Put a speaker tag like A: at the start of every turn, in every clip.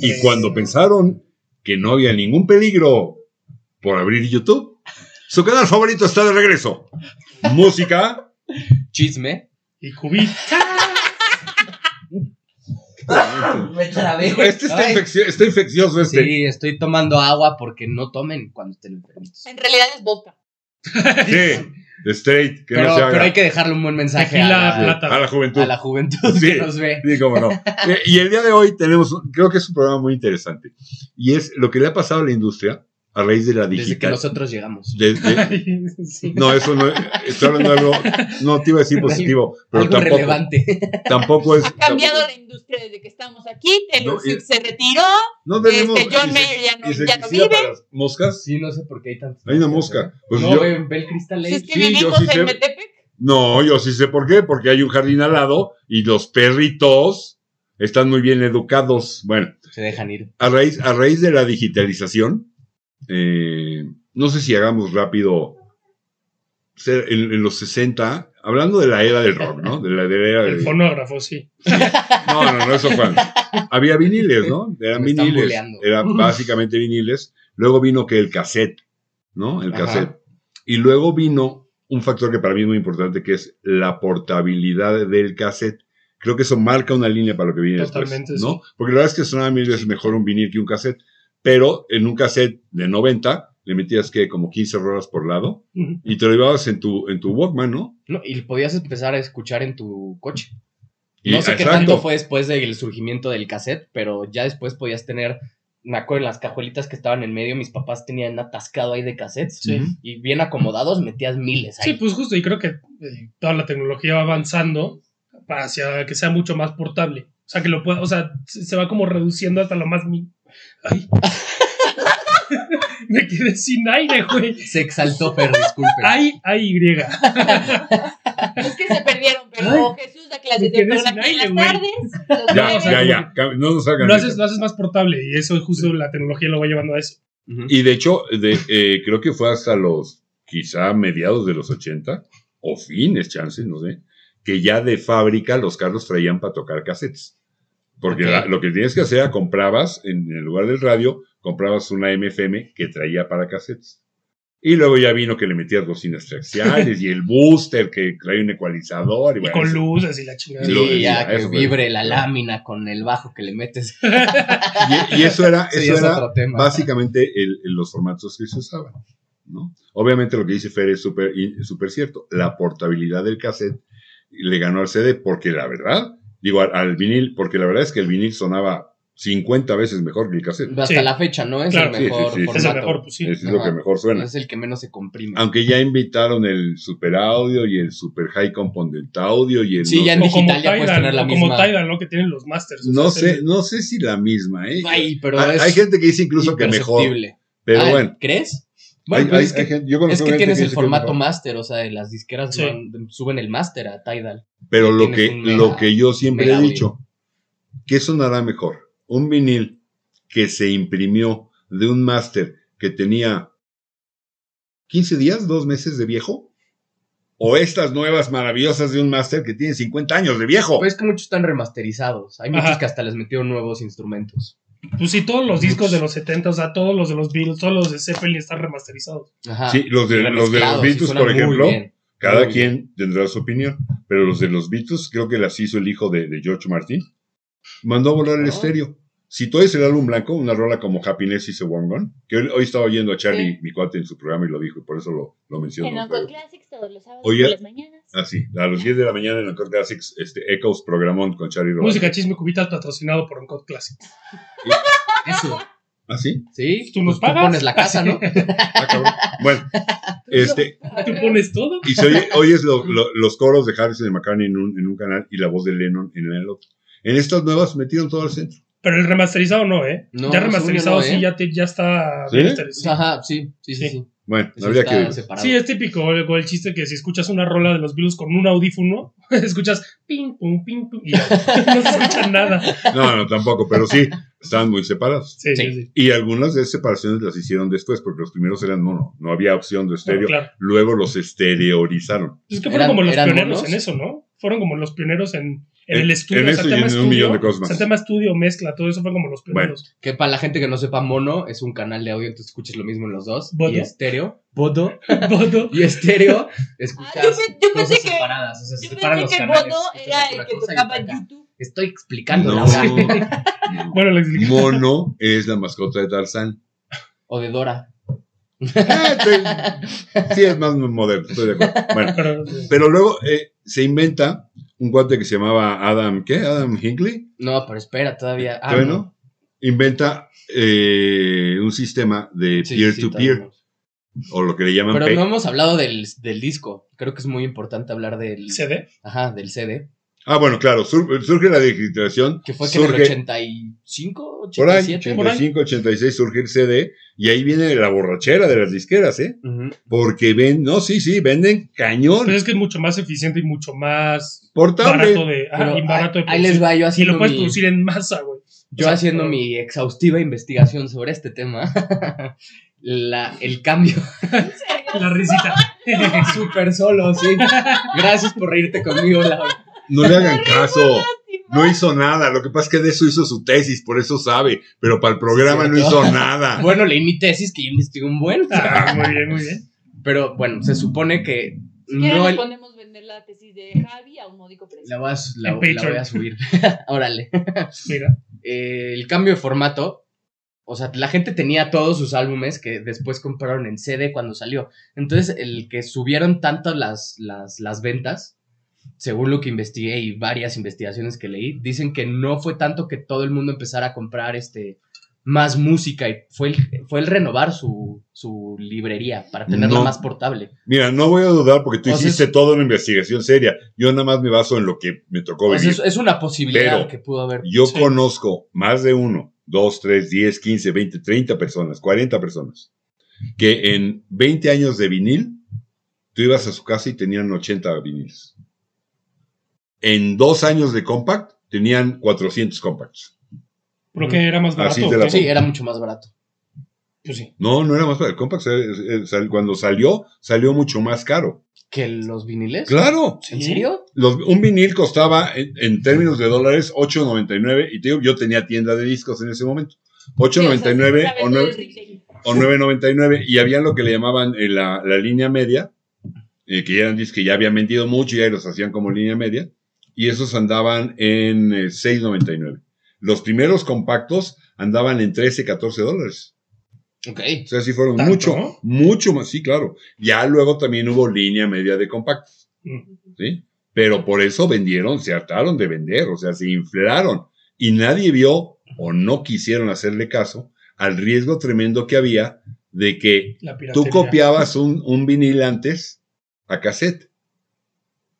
A: Y cuando pensaron que no había ningún peligro por abrir YouTube, su canal favorito está de regreso. Música.
B: Chisme.
C: Y cubí.
D: Me trabé, güey.
A: Este está,
B: Ay.
A: infeccio- está infeccioso este.
B: Sí, estoy tomando agua porque no tomen cuando estén enfermitos.
E: En realidad es vodka.
A: Sí, straight, que
B: Pero,
A: no se haga.
B: pero hay que dejarle un buen mensaje a
C: Tequila
B: la,
C: plata.
A: a la juventud.
B: a la juventud
A: Sí.
B: que nos ve.
A: Sí, cómo no. Eh, y el día de hoy tenemos, un- creo que es un programa muy interesante. Y es lo que le ha pasado a la industria a raíz de la
B: Desde que
A: digital.
B: nosotros llegamos.
A: de- de- no, eso no, estoy hablando de algo, no te iba a decir positivo, pero
B: Algo
A: tampoco,
B: relevante.
A: Pues, tampoco es.
E: Ha cambiado la industria desde que estamos aquí. Taylor
A: No, y-
E: Swift se retiró.
A: No tenemos.
E: Este, John
A: y se-
E: Mayer ya no,
A: y se
E: ya no
A: quisiera
E: vive.
A: para las ¿Moscas?
B: Sí, no sé por qué hay tantas.
A: Hay una mosca. Pues
B: no,
A: yo,
B: ve, ve el cristal ahí.
E: Si es que
A: sí, yo
E: vivimos
A: sí sé.
E: en Metepec.
A: No, yo sí sé por qué, porque hay un jardín al lado y los perritos están muy bien educados. Bueno,
B: Se dejan ir.
A: a raíz, a raíz de la digitalización, eh, no sé si hagamos rápido ser en, en los 60, hablando de la era del rock, ¿no? De la, de la era
C: El
A: del-
C: fonógrafo, sí.
A: No, no, no, eso fue. antes. Había viniles, ¿no? Eran
B: Me están
A: viniles.
B: buleando.
A: Eran básicamente viniles. Luego vino que el cassette, ¿no? El
B: Ajá.
A: cassette. Y luego vino un factor que para mí es muy importante, que es la portabilidad del cassette. Creo que eso marca una línea para lo que viene
C: Totalmente,
A: después, ¿no? Porque la verdad es que sonaba mil veces mejor un vinil que un cassette. Pero en un cassette de 90 le metías que como 15 rolas por lado
C: Ujú.
A: y te lo llevabas en tu, en tu Walkman, ¿no?
B: No, y podías empezar a escuchar en tu coche.
A: Y-
B: no sé qué
A: exacto.
B: tanto fue después del surgimiento del cassette, pero ya después podías tener. Me acuerdo en las cajuelitas que estaban en medio, mis papás tenían atascado ahí de cassettes.
C: Sí.
A: Ujú.
B: Y bien acomodados metías miles ahí.
C: Sí, pues justo, y creo que eh, toda la tecnología va avanzando para hacia que sea mucho más portable. O sea, que lo pueda, o sea, se se va como reduciendo hasta lo más mi- Ay. Me quedé sin aire, güey.
B: pues, Se exaltó, pero disculpen.
C: Ay, ay, Y.
E: Es que se perdieron, pero Jesús da clases
C: me
E: de
C: quedé sin
E: ortografía en las
C: aire, güey.
E: tardes. los
A: Ya,
E: jueves.
A: ya, ya. No nos hagan
C: Lo
A: eso.
C: haces, lo haces más portable y eso justo la tecnología lo va llevando a eso.
B: Ujú.
A: Y de hecho, de- eh, creo que fue hasta los, quizá mediados de los 80, o fines, chances, no sé, que ya de fábrica los carros traían para tocar cassettes. Porque
B: Ok.
A: la- lo que tienes que hacer era comprabas, en el lugar del radio, comprabas una MFM que traía para cassettes. Y luego ya vino que le metías bocinas triaxiales y el booster que traía un ecualizador. Y
C: Y
A: bueno,
C: con
A: eso.
C: luces y la chingada.
A: Sí, lo-
B: Y ya,
A: ya,
B: que
A: eso fue.
B: vibre la lámina con el bajo que le metes.
A: Y, y eso era,
B: Eso ya
A: eso
B: es
A: era
B: otro tema.
A: básicamente el- el- los formatos que se usaban. ¿no? Obviamente lo que dice Fer es súper y- súper cierto. La portabilidad del cassette le ganó al CD porque la verdad, digo al, al vinil, porque la verdad es que el vinil sonaba 50 veces mejor que el cassette.
B: Hasta
C: Sí.
B: la fecha, ¿no? Es
C: Claro.
B: el
A: Sí,
B: mejor
A: sí, sí, sí.
C: es el
B: formato.
C: mejor, pues sí.
A: Es lo
B: Ajá.
A: que mejor suena.
B: Es el que menos se comprime.
A: Aunque ya invitaron el super audio y el super high component audio y el...
B: Sí,
A: no,
B: ya En digital ya puedes tener la
C: o como
B: misma.
C: Tidal, ¿no? Que tienen los masters. o
A: no
C: sea,
A: sé, no sé si la misma, ¿eh?
B: Ay, pero
A: hay,
B: es
A: hay gente que dice incluso que mejor,
B: imperceptible.
A: pero
B: Ah,
A: bueno.
B: ¿Crees? Bueno,
A: hay-
B: pues
A: hay-
B: es que,
A: hay gente- yo
B: es
A: conozco
B: que
A: gente
B: tienes el
A: dice que es
B: formato
A: mejor.
B: máster, o sea, de las disqueras
C: Sí.
B: man- suben el máster a Tidal.
A: Pero lo
B: tienes
A: que,
B: un mega-
A: lo que yo siempre he
B: mega
A: dicho, ¿qué sonará mejor? ¿Un vinil que se imprimió de un máster que tenía 15 días, dos meses de viejo? ¿O estas nuevas maravillosas de un máster que tiene 50 años de viejo?
B: Pues es que muchos están remasterizados. Hay
C: Ajá.
B: muchos que hasta les metieron nuevos instrumentos.
C: Pues sí, todos los discos de los 70, o sea, todos los de los Beatles, todos los de Zeppelin están remasterizados.
B: Ajá.
A: sí, los de, los de los
B: Remezclados, y
A: Beatles,
B: suena
A: por
B: muy
A: ejemplo,
B: bien.
A: cada
B: muy
A: quien tendrá su opinión, pero los de los Beatles creo que las hizo el hijo de, de George Martin. Mandó a volar el
B: Ah.
A: estéreo. Si tú oyes el álbum blanco, una rola como Happiness is a One Gun, que hoy, hoy estaba oyendo a Charlie, mi cuate, en su programa y lo dijo, y por eso lo, lo menciono.
E: En Uncle
A: pero-
E: Classics todos los sábados
A: Oye.
E: por las mañanas.
A: Ah, sí, a las 10 de la mañana en Encore Classics, este, Echoes programón con Charlie Roberts.
C: Música Chisme Cubita patrocinado por Uncut Classics.
B: Eso.
A: ¿Ah, sí?
B: Sí,
C: ¿Tú nos
B: pues
C: pagas?
B: pones la casa, ¿no?
A: Ah, cabrón. bueno, este,
C: ¿Tú pones todo?
A: y se oye, oyes lo- lo- los coros de Harrison y McCartney en un, en un canal y la voz de Lennon en el otro. En estas nuevas metieron todo al centro.
C: Pero el remasterizado no, ¿eh?
A: pues
B: No,
C: ya
B: según yo
C: remasterizado
B: no, ¿eh?
C: sí, ya, te- ya está.
A: ¿Sí?
C: remasterizado.
B: Ajá, sí, sí, sí.
C: Sí.
B: sí.
A: Bueno,
B: Eso
A: habría
B: está
A: que verlo.
B: separado.
C: Sí, es típico el, el chiste que si escuchas una rola de los Beatles con un audífono, escuchas ping, pum, ping, pum, y ya. no se escucha nada.
A: No, no, tampoco, pero sí, estaban muy separados.
C: Sí, sí,
B: Sí.
C: sí.
A: Y algunas de esas separaciones las hicieron después, porque los primeros eran mono, no había opción de
C: Bueno,
A: estéreo.
C: claro.
A: Luego los estereorizaron.
C: Pues es que fueron
B: Eran-
C: como los
B: eran
C: pioneros
B: monos.
C: en eso, ¿no? Fueron como los pioneros en en
A: En-
C: el estudio.
A: en
C: o sea,
A: eso y
C: tema
A: en un
C: estudio,
A: millón de cosas más.
C: o sea, tema estudio, mezcla, todo eso fue como los primeros.
B: Que para la gente que no sepa, mono es un canal de audio, entonces escuchas lo mismo en los dos.
C: Bodo.
B: Y estéreo. Bodo.
C: Bodo.
B: Y estéreo,
E: Ah,
B: escuchas
E: yo, pe- yo
B: cosas
E: pensé que.
B: separadas. O sea, se
E: Yo
B: separan
E: pensé
B: los
E: que el
B: canales.
E: bono
B: escuchas
E: era el
B: una
E: que
B: cosa y
E: tocaba en
B: otra.
E: YouTube.
B: Estoy explicando,
A: No.
B: Laura.
A: No.
C: Bueno, les dije.
A: Mono es la mascota de Tarzán.
B: O de Dora.
A: Ah, estoy- sí, es más moderno, estoy de acuerdo. Bueno,
C: pero-
A: pero luego eh, se inventa un cuate que se llamaba Adam, ¿qué? Adam Hinckley.
B: No, pero espera, todavía. Ah,
A: ¿Todavía
B: no.
A: no? Inventa eh, un sistema de
B: Sí, sí, sí,
A: peer-to-peer,
B: todavía no.
A: o lo que le llaman
B: Pero
A: pay-
B: no hemos hablado del, del disco. Creo que es muy importante hablar del,
C: CD.
B: ajá, del CD.
A: Ah, bueno, claro, sur- surge la digitalización.
B: Que fue que en el
A: surge
B: 85,
A: por ahí,
B: 87.
A: 85, 86, surge el CD, y ahí viene la borrachera de las disqueras, ¿eh?
B: Ujú.
A: Porque ven, no, sí, sí, venden cañón,
C: Pero es que es mucho más eficiente y mucho más barato
A: portable.
C: de, ah,
B: Pero
C: y barato
B: ahí,
C: de
B: ahí les va yo
C: Y lo
B: haciendo,
C: puedes
B: mi,
C: producir en masa, güey. o
B: yo
C: sea,
B: haciendo
C: pero-
B: mi exhaustiva investigación sobre este tema. La- el cambio.
E: ¿En serio?
C: La risita.
B: Súper solo, sí. Gracias por reírte conmigo, Laura.
A: No le hagan caso.
E: Sí,
A: No hizo nada. Lo que pasa es que de eso hizo su tesis, por eso sabe. Pero para el programa
B: Sí,
A: no
B: cierto.
A: hizo nada.
B: Bueno, leí mi tesis que yo investigué un buen.
C: Ah, muy bien, muy bien.
B: Pero bueno, se supone que
E: Si quieres,
B: no.
E: le
B: el-
E: podemos vender la tesis de Javi a un módico precio.
B: La voy a, su- la-
C: En Patreon.
B: la voy a subir. Órale.
C: Mira.
B: Eh, el cambio de formato. O sea, la gente tenía todos sus álbumes que después compraron en CD cuando salió. Entonces, el que subieron tanto las, las, las ventas, según lo que investigué y varias investigaciones que leí, dicen que no fue tanto que todo el mundo empezara a comprar este más música y fue el, fue el renovar su, su librería para tenerla
A: No.
B: más portable.
A: Mira, no voy a dudar porque tú
B: O sea,
A: hiciste
B: es-
A: toda una investigación seria. Yo nada más me baso en lo que me tocó
B: O sea,
A: vivir.
B: es, es una posibilidad
A: Pero
B: que pudo haber.
A: Yo
C: Sí.
A: conozco más de uno, dos, tres, diez, quince, veinte, treinta personas, cuarenta personas, que en 20 años de vinil, tú ibas a su casa y tenían 80 viniles. En dos años de compact, tenían 400 compacts.
C: Pero que era más barato.
A: Así te la
C: ¿o qué?
B: Sí, era mucho más barato.
C: Pues sí.
A: No, no era más para el compact. eh, eh, sal- Cuando salió, salió mucho más caro.
B: ¿Que los viniles?
A: Claro.
B: ¿En
C: Sí.
B: serio?
A: Los- un vinil costaba, en, en términos de dólares, 8.99. Y te digo, yo tenía tienda de discos en ese momento. 8.99 o nueve- o 9.99. Y había lo que le llamaban eh, la, la línea media, eh, que ya eran discos que ya habían vendido mucho y ahí los hacían como línea media. Y esos andaban en eh, 6.99. Los primeros compactos andaban en 13, 14 dólares.
B: Ok.
A: O sea, sí fueron
C: ¿Tanto?
A: mucho, mucho más, sí, claro. Ya luego también hubo línea media de compactos,
C: Mm.
A: ¿sí? Pero por eso vendieron, se hartaron de vender, o sea, se inflaron. Y nadie vio o no quisieron hacerle caso al riesgo tremendo que había de que
C: La
A: tú
C: piratería.
A: copiabas un, un vinil antes a cassette.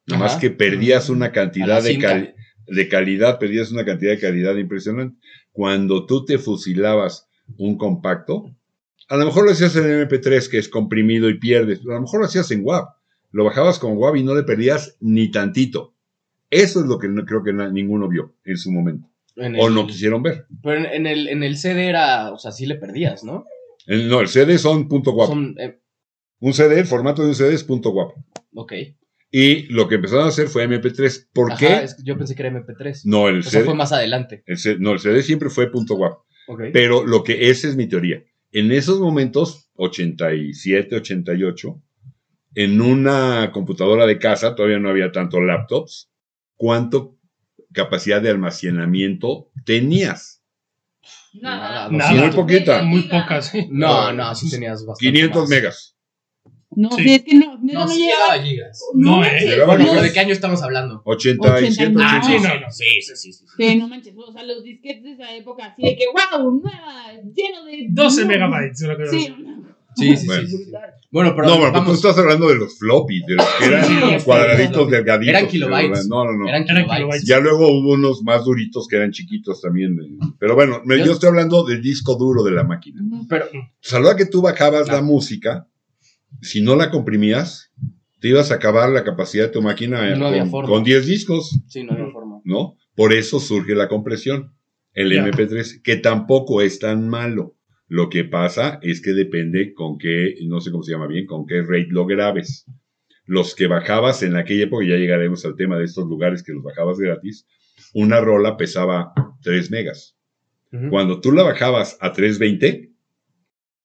A: Nada más
B: Ajá.
A: que perdías una
B: A
A: cantidad
B: la
A: de,
B: cinta.
A: cali- de calidad, perdías una cantidad de calidad impresionante. Cuando tú te fusilabas un compacto, a lo mejor lo hacías en MP3, que es comprimido y pierdes, a lo mejor lo hacías en WAV, lo bajabas con WAV y no le perdías ni tantito. Eso es lo que no, creo que na- ninguno vio en su momento,
B: En
A: o
B: el-
A: no quisieron ver.
B: Pero en, en el, en el CD era, o sea, sí le perdías, ¿no?
A: El- no, el CD son punto WAV.
B: Son, eh,
A: Un CD, el formato de un CD es punto WAV.
B: ok.
A: Y lo que empezaron a hacer fue MP3. ¿Por
B: Ajá,
A: qué?
B: es que yo pensé que era MP3.
A: No, el
B: o sea,
A: CD,
B: fue más adelante.
A: el C- no, el CD siempre fue punto .wav.
B: Ok.
A: Pero lo que esa es mi teoría. En esos momentos, 87, 88, en una computadora de casa, todavía no había tanto laptops, ¿cuánto capacidad de almacenamiento tenías?
E: Nada.
B: Nada,
A: muy poquita.
C: Muy pocas, ¿eh? sí.
B: no, no, sí tenías bastante.
A: 500
B: más.
A: Oh, megas.
F: No,
C: Sí.
F: sí, es que no, no,
B: No,
F: no
B: sí
F: llegaba.
B: llegaba a gigas.
C: No,
F: No,
C: eh,
F: manches,
A: llegaba
F: no,
B: Bueno,
A: no.
B: pero ¿de qué año estamos hablando?
A: 87,
F: 89.
C: Ah, sí,
A: 88.
C: no, no.
B: Sí, sí, sí. sí.
F: Sí, no manches, o sea, los disquetes de esa época, así de que, wow, nueva, lleno de...
C: 12
F: no,
C: megabytes. una cosa
F: Sí,
C: así.
B: Sí, sí,
A: Bueno.
B: sí, sí, sí. Bueno, pero
A: no, bueno, pues pero tú
B: vamos,
A: estás hablando de los floppies, de los que
C: Sí, sí,
A: eran
C: los
A: cuadraditos
B: floppies.
A: delgaditos.
B: Eran kilobytes.
A: No, no, no.
B: eran
C: Eran
B: kilobytes.
C: kilobytes.
A: Ya luego hubo unos más duritos que eran chiquitos también. eh, Pero bueno, me-
B: Yo-
A: yo estoy hablando del disco duro de la máquina.
B: Pero,
A: O sea, a la Pues, hora que tú bajabas
B: Claro.
A: la música, si no la comprimías, te ibas a acabar la capacidad de tu máquina eh,
B: No había
A: con-
B: forma.
A: con 10 discos,
B: sí, no había forma.
A: ¿no? Por eso surge la compresión, el
C: Ya.
A: MP3, que tampoco es tan malo. Lo que pasa es que depende con qué, no sé cómo se llama bien, con qué rate lo grabes. Los que bajabas en aquella época, ya llegaremos al tema de estos lugares que los bajabas gratis, una rola pesaba 3 megas.
B: Ujú.
A: Cuando tú la bajabas a 320,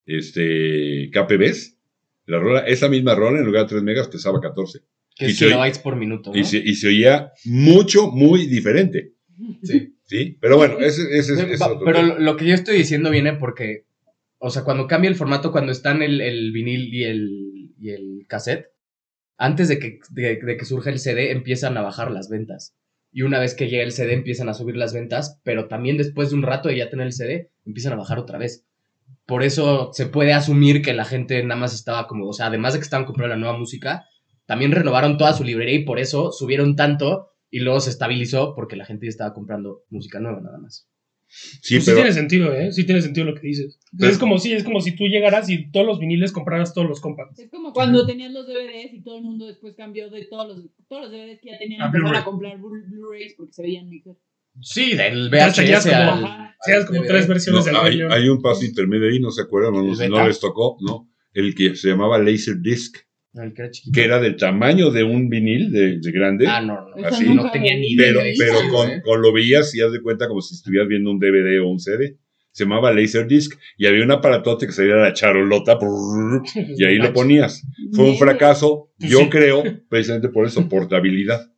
A: este, KPBs, la rola, esa misma rola en lugar de 3 megas pesaba 14.
B: Que
A: y
B: es
A: se oye-
B: kilobytes por minuto. ¿no?
A: Y se, y se oía mucho, muy diferente.
B: Sí.
A: ¿Sí? Pero bueno, ese, ese es-
B: Pero-
A: es
B: va-
A: otro
B: pero
A: tema.
B: lo, lo que yo estoy diciendo viene porque, o sea, cuando cambia el formato, cuando están el, el vinil y el, y el cassette, antes de que, de, de que surja el CD empiezan a bajar las ventas. Y una vez que llega el CD empiezan a subir las ventas, pero también después de un rato de ya tener el CD empiezan a bajar otra vez. Por eso se puede asumir que la gente nada más estaba como, o sea, además de que estaban comprando la nueva música, también renovaron toda su librería y por eso subieron tanto y luego se estabilizó porque la gente ya estaba comprando música nueva nada más.
A: Sí,
C: Pues sí
A: pero,
C: tiene sentido, ¿eh? Sí tiene sentido lo que dices.
A: Pero-
C: es como si es como si tú llegaras y todos los viniles compraras todos los compacts.
F: Es como cuando tenías los DVDs y todo el mundo después cambió de todos los, todos los DVDs que ya tenían
C: A
F: empezaron
C: Blu-ray.
F: a comprar Blu- Blu-rays porque se veían mejor.
B: Sí, del
C: Ya tenías
B: VHS
C: como-
B: al-
F: Ajá.
C: Seas como
B: al
C: tres
B: DVD.
A: no,
C: versiones del
A: hay,
C: año.
A: hay un paso intermedio ahí, no se acuerdan, no,
B: ¿El beta?
A: no les tocó, ¿no? El que se llamaba Laser Disc,
B: No, el que era chiquito.
A: que era del tamaño de un vinil de, de grande,
B: Ah, no, no.
F: Eso
A: Así.
F: nunca
B: No tenía ni idea.
A: pero,
B: de eso,
A: pero con,
B: ¿eh?
A: con lo veías y haz de cuenta como si estuvieras viendo un DVD o un CD. Se llamaba Laser Disc y había un aparatote que salía la charolota brrr, y ahí lo ponías. Fue un
F: Neta.
A: fracaso,
C: Sí.
A: yo creo, precisamente por eso, portabilidad.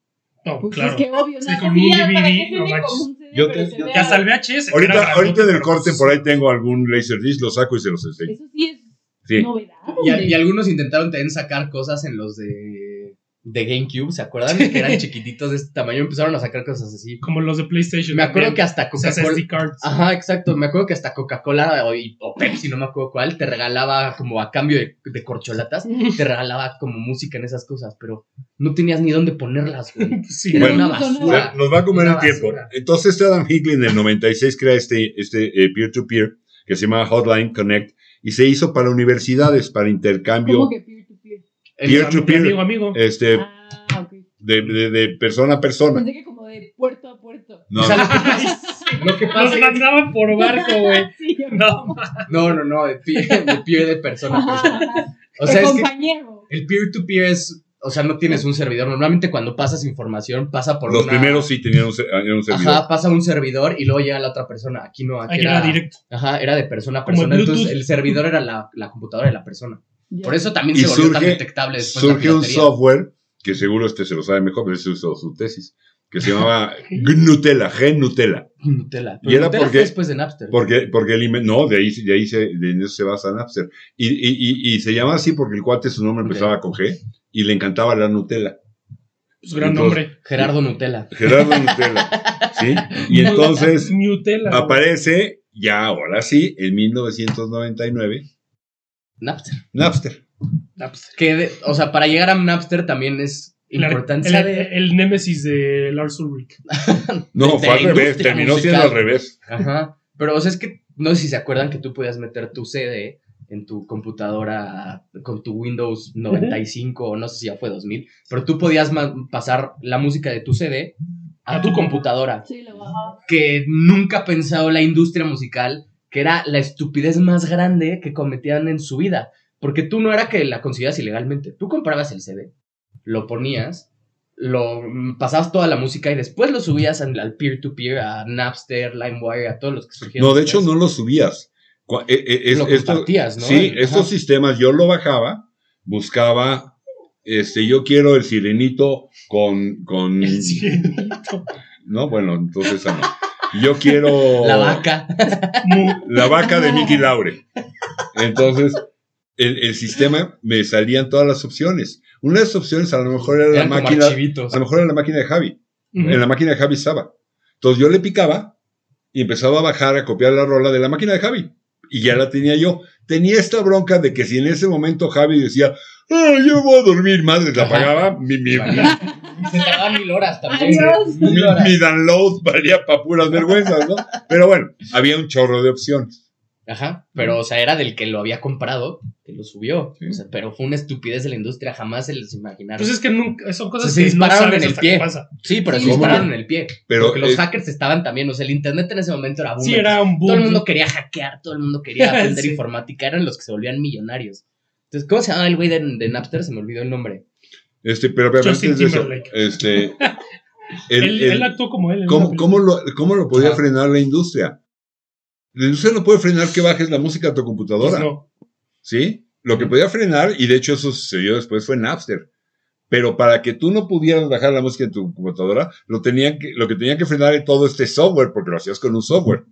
C: No,
F: Pues
C: claro.
F: es que obvio,
C: Sí,
F: no
C: con un
F: había para
C: DVD,
F: que se
C: no
F: vea
C: manches.
F: como un CD,
A: Yo te-
F: pero se
A: yo-
F: vea-
C: Y hasta el VHS. que era
A: Ahorita,
C: grandote,
A: ahorita del
C: pero
A: corte
C: pues-
A: por ahí tengo algún Laser Disc, lo saco y se los enseño.
F: Eso sí es
A: Sí.
F: novedad.
B: Y, a-
F: hombre.
B: y algunos intentaron también sacar cosas en los de, de GameCube, ¿se acuerdan? Que eran chiquititos de este tamaño. Empezaron a sacar cosas así.
C: Como los de PlayStation.
B: Me acuerdo que
C: también.
B: hasta
C: O sea,
B: Coca-Cola.
C: SD cards.
B: Ajá, exacto. Me acuerdo que hasta Coca-Cola o, y- o Pepsi, no me acuerdo cuál, te regalaba como a cambio de, de corcholatas, te regalaba como música en esas cosas, pero no tenías ni dónde ponerlas, güey.
C: Sí,
B: Era
A: Bueno,
B: una
F: no sonaba.
A: O sea,
B: basura.
A: nos va a comer
B: Una
A: el tiempo.
B: basura.
A: Entonces este Adam Hicklin en el 96 crea este, este eh, peer-to-peer que se llama Hotline Connect y se hizo para universidades, para intercambio
F: ¿Cómo que peer-to-peer?
A: peer to peer.
C: amigo, amigo.
A: este,
F: Ah, ok.
A: de, de- de persona a persona.
F: Pensé que como de puerto a puerto.
A: No,
B: O sea, lo que
C: Ay,
B: pasa- lo que pasa
C: Los
B: es-
C: mandaban por barco, güey.
F: Sí, yo-
C: No,
B: No, no, no, de pie de, pie de persona a persona.
F: Ajá,
B: O sea,
F: de
B: es que
F: compañero.
B: el peer-to-peer es, o sea, no tienes un servidor. Normalmente cuando pasas información pasa por
A: los
B: una-
A: primeros sí tenían un, ser- era un servidor.
B: Ajá, pasa un servidor y luego llega la otra persona. Aquí no, aquí
C: aquí era directo.
B: Ajá, era de persona a
C: Como el
B: persona. Entonces
C: Bluetooth.
B: el servidor era la, la computadora de la persona.
F: Ya.
B: Por eso también
A: Y
B: se volvió tan
A: surge-
B: detectable pues, después
A: Surge
B: la
A: un
B: piratería.
A: software que seguro este se lo sabe mejor, pero ese hizo su tesis, que se llamaba GNUTELA, GNUTELA.
B: Nutella. Pero
A: Y era
B: Nutella
A: porque-
B: fue después de Napster.
A: Porque, porque el inven- no, de ahí, de ahí se, de eso se basa Napster. Y, y, y, y se llama así porque el cuate su nombre empezaba con G y le encantaba la Nutella.
C: Pues gran
A: Entonces,
C: nombre.
B: Gerardo Nutella.
A: Gerardo Nutella. ¿Sí? Y entonces
C: Nutella. güey.
A: aparece, ya ahora sí, en 1999,
B: Napster.
A: Napster.
C: Ah, pues,
B: Que, de- o sea, para llegar a Napster también es
C: el-
B: importancia
C: el,
B: de...
C: el némesis de Lars Ulrich.
A: No,
B: De- de
A: fue al
B: la
A: revés,
B: industria
A: terminó
B: musical.
A: siendo al revés.
B: Ajá. Pero, o sea, es que no sé si se acuerdan que tú podías meter tu CD en tu computadora con tu Windows 95 o no sé si ya fue 2000, pero tú podías ma- pasar la música de tu CD a,
C: A
B: tu
C: tu
B: computadora,
F: Sí, lo
A: Ah,
F: bajaba.
B: que nunca pensado la industria musical, que era la estupidez más grande que cometían en su vida, porque tú no era que la conseguías ilegalmente, tú comprabas el CD, lo ponías, lo mm, pasabas toda la música y después lo subías al al peer-to-peer, a Napster, LimeWire, a todos los que surgieron.
A: No, de hecho
B: después.
A: no lo subías. Cua- eh, eh, es-
B: lo
A: esto-
B: compartías, ¿no?
A: Sí,
B: Ajá.
A: estos sistemas yo lo bajaba, buscaba, este, yo quiero el sirenito con, con,
C: El sirenito.
A: no, bueno, entonces esa no. Yo quiero
B: La vaca.
C: Mu-
A: la vaca de Mickey Laure. Entonces, el, el sistema me salían todas las opciones. Una de las opciones a lo mejor era la
B: Eran como
A: máquina,
B: archivitos.
A: a lo mejor era la máquina de Javi. En
C: Ujú.
A: la máquina de Javi estaba. Entonces yo le picaba y empezaba a bajar, a copiar la rola de la máquina de Javi. Y ya la tenía yo. Tenía esta bronca de que si en ese momento Javi decía, "Ah, yo voy a dormir, madre, la
B: Ajá.
A: pagaba, mi, mi,
B: Se tardaban mil horas también.
F: Adiós.
A: mi-
B: Mil horas.
A: mi download valía para puras vergüenzas, ¿no? Pero bueno, había un chorro de opciones.
B: Ajá, pero o sea, era del que lo había comprado, que lo subió.
A: Sí.
B: O sea, pero fue una estupidez de la industria, jamás se les imaginaron.
C: Pues es que nunca, son cosas
B: Se
C: que no
B: dispararon
C: sabes
B: en el
C: hasta qué
B: pie.
C: pasa.
B: sí, pero se
A: ¿Cómo?
B: dispararon en el pie.
A: Pero
B: porque los
A: eh,
B: hackers estaban también, o sea, el internet en ese momento era boom.
C: Sí, era un boom.
B: Todo el mundo quería hackear, todo el mundo quería aprender
C: Sí.
B: informática, eran los que se volvían millonarios. Entonces, ¿cómo se llamaba el güey de, de Napster? Se me olvidó el nombre.
A: este, pero pero
C: Justin
A: antes de eso,
C: Timberlake.
A: este, El-
C: él,
A: el-
C: él actuó como él. en esa
A: ¿Cómo,
C: película.
A: cómo lo, cómo lo podía
B: Ajá.
A: frenar la industria? La industria no puede frenar que bajes la música a tu
C: Pues
A: computadora,
C: no.
A: ¿sí? Lo que podía frenar, y de hecho eso sucedió después, fue Napster. Pero para que tú no pudieras bajar la música en tu computadora, lo, tenían que, lo que tenía que frenar era todo este software, porque lo hacías con un software.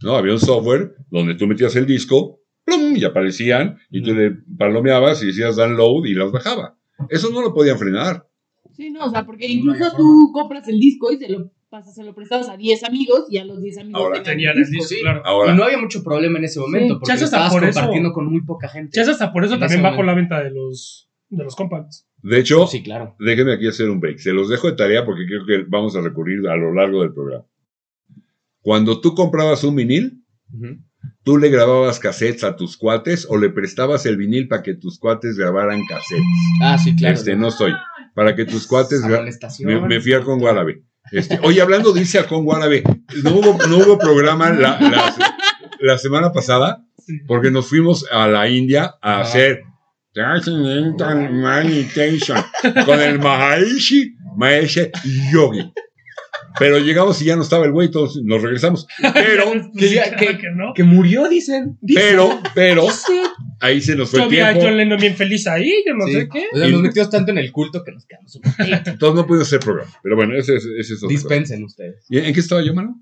A: ¿No? Había un software donde tú metías el disco, plum, y aparecían, y tú le palomeabas y hacías download y las bajaba. Eso no lo podían frenar.
F: Sí, no, o sea, porque
D: No hay
F: incluso
D: forma.
F: tú compras el disco y se lo pasas, se lo prestabas a 10 amigos y a los 10 amigos
A: Ahora
C: Tenían el disco,
B: sí.
C: claro.
A: Ahora,
B: Y no había mucho problema en ese momento,
C: Sí,
B: porque
C: chance
B: lo
C: hasta
B: estabas
C: por eso.
B: compartiendo con muy poca gente.
C: Ya es hasta por eso
B: En
C: también
B: ese
C: bajó la venta de los, de los compacts.
A: de hecho,
B: Sí, claro.
A: Déjenme aquí hacer un break. Se los dejo de tarea porque creo que vamos a recurrir a lo largo del programa. Cuando tú comprabas un vinil,
B: Ujú.
A: tú le grababas cassettes a tus cuates o le prestabas el vinil para que tus cuates grabaran cassettes.
B: Ah, sí, claro.
A: este, no soy. Para que tus cuates.
B: Esa
A: gra-
B: molestación.
A: Me, me fui a con Guarabe. Este, oye, hablando de irse a con Guarabe, no hubo, no hubo programa la, la- la semana pasada
C: Sí.
A: porque nos fuimos a la India a
B: Ah.
A: hacer Transcendental Meditation con el Maharishi Mahesh Yogi. Pero llegamos y ya no estaba el güey, entonces nos regresamos. Pero,
B: que diga-
C: Claro
B: que-
C: que no.
B: Que murió, dicen.
A: pero, pero, ahí se nos fue
C: Yo
A: el
C: vi a
A: tiempo.
C: John Lennon bien feliz ahí, yo no
B: Pues Sí.
C: sé qué.
B: O sea,
A: Y-
B: nos metimos tanto en el culto que nos quedamos. un-
A: Entonces no pudimos hacer programa. Pero bueno, ese es, ese es otro.
B: Dispensen ustedes.
A: ¿Y ¿En qué estaba yo, mano?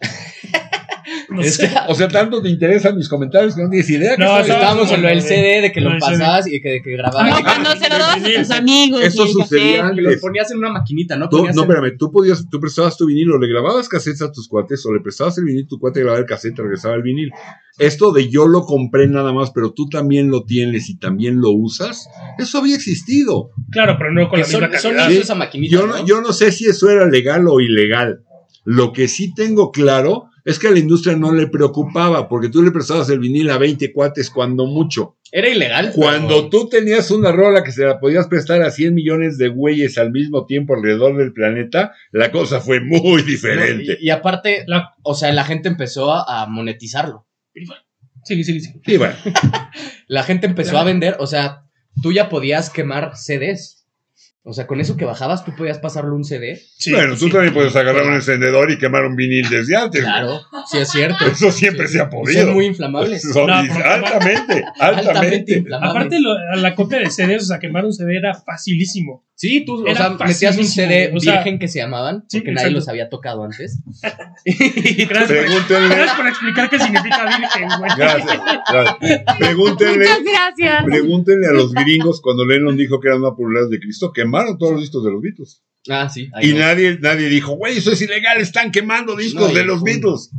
C: No
B: Es
C: sé.
B: que-
A: O sea, tanto te interesan mis comentarios que no tienes idea. que
C: No,
A: estaba-
C: estaba-
B: Estábamos en lo del CD, de que
C: Lo
B: lo
C: del CD.
B: pasabas y que, de que grababas.
E: Ah,
F: No, cuando se lo dabas a tus
A: Eso
F: amigos.
A: Eso
F: y el
A: sucedía
B: Que los
A: antes.
B: ponías en una maquinita, ¿no?
A: Tú-
B: Ponías
A: Ah, no,
B: en-
A: espérame, tú podías, tú prestabas tu vinilo, le grababas cassettes a tus cuates, o le prestabas el vinil, tu cuate grababa el cassette, regresaba el vinil. Esto de yo lo compré nada más, pero tú también lo tienes y también lo usas, eso había existido.
C: Claro, pero no con
B: que
C: la misma
B: son, son
C: calidad.
A: Sí.
B: esa maquinita.
A: Yo no, yo no sé si eso era legal o ilegal. Lo que sí tengo claro es que a la industria no le preocupaba, porque tú le prestabas el vinil a 20 cuates cuando mucho.
B: Era ilegal. pero-
A: Cuando tú tenías una rola que se la podías prestar a 100 millones de güeyes al mismo tiempo alrededor del planeta, la cosa fue muy diferente.
B: Y, y aparte,
C: La-
B: o sea, la gente empezó a, a monetizarlo.
C: Sí, sí, sí.
A: Y bueno,
B: La gente empezó
C: Claro.
B: a vender, o sea, tú ya podías quemar CDs. O sea, con eso que bajabas, tú podías pasarlo un CD.
C: Sí,
A: bueno, tú
C: sí.
A: también puedes agarrar un encendedor y quemar un vinil desde antes.
B: Claro, sí es cierto.
A: Eso siempre
B: Sí.
A: se ha
B: Y Son
A: podido.
B: muy inflamables.
A: Son
C: No,
A: dis-
C: pero-
A: altamente,
B: Altamente
A: altamente.
B: inflamables.
C: Aparte, lo- a la copia de CDs, o sea, quemar un CD era facilísimo.
B: Sí, tú, o
C: Era
B: sea, metías un
C: facilísimo,
B: CD
C: o sea-
B: virgen que se llamaban,
C: Sí,
B: porque nadie
C: exacto.
B: los había tocado antes.
C: Gracias por,
A: Pregúntenle.
C: gracias por explicar qué significa virgen, güey.
A: Gracias, gracias. Pregúntenle,
F: Muchas gracias.
A: pregúntenle a los gringos cuando Lennon dijo que eran una popularidad de Cristo, quemaron todos los discos de los Beatles.
B: Ah, sí. ahí
A: Y
B: no.
A: nadie, nadie dijo, güey, eso es ilegal, están quemando discos
B: No, y-
A: de los Beatles.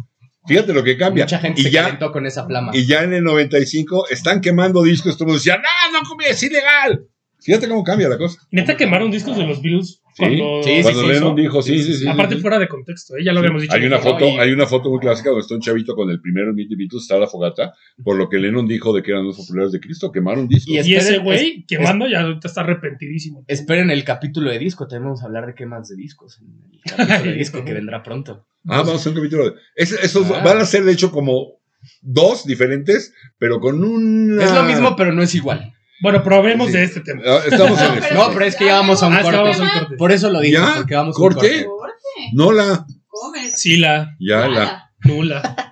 A: Fíjate lo que cambia.
B: Mucha gente
A: Y
B: se
A: ya,
B: calentó con esa flama.
A: y ya en el 95 están quemando discos, todos decían, no, no, comí, es ilegal. Fíjate cómo cambia la cosa.
C: Neta quemaron discos de los Beatles cuando.
B: Sí, sí,
A: Cuando
B: sí,
A: Lennon
C: hizo.
A: dijo, sí, sí, sí. sí,
C: Aparte,
A: sí.
C: fuera de contexto, ¿eh? ya lo habíamos dicho.
A: Hay una
B: ¿no?
A: foto,
B: Y-
A: hay una foto muy clásica donde está un chavito con el primero Beatles, está la fogata, por lo que Lennon dijo de que eran los populares de Cristo, quemaron discos.
B: Y es-
C: Y ese
B: Esperen,
C: güey quemando ya ahorita está arrepentidísimo.
B: Esperen el capítulo de disco, también vamos a hablar de quemas de discos. en El capítulo de disco que vendrá pronto.
A: Ah, vamos a hacer un capítulo. de- Es- esos
B: Ah.
A: van a ser, de hecho, como dos diferentes, pero con una.
B: Es lo mismo, pero no es igual.
C: Bueno, pero hablemos
A: Sí.
C: de este tema.
A: Ah, Estamos en eso.
B: No, pero es que ya vamos a un
C: Ah, es que vamos
B: corte.
C: a un corte.
B: Por eso lo dije,
A: ¿Ya?
B: porque vamos a un
A: ¿Corte?
B: corte.
A: No la.
F: Comes.
C: Sí, la
A: Ya la.
C: nula.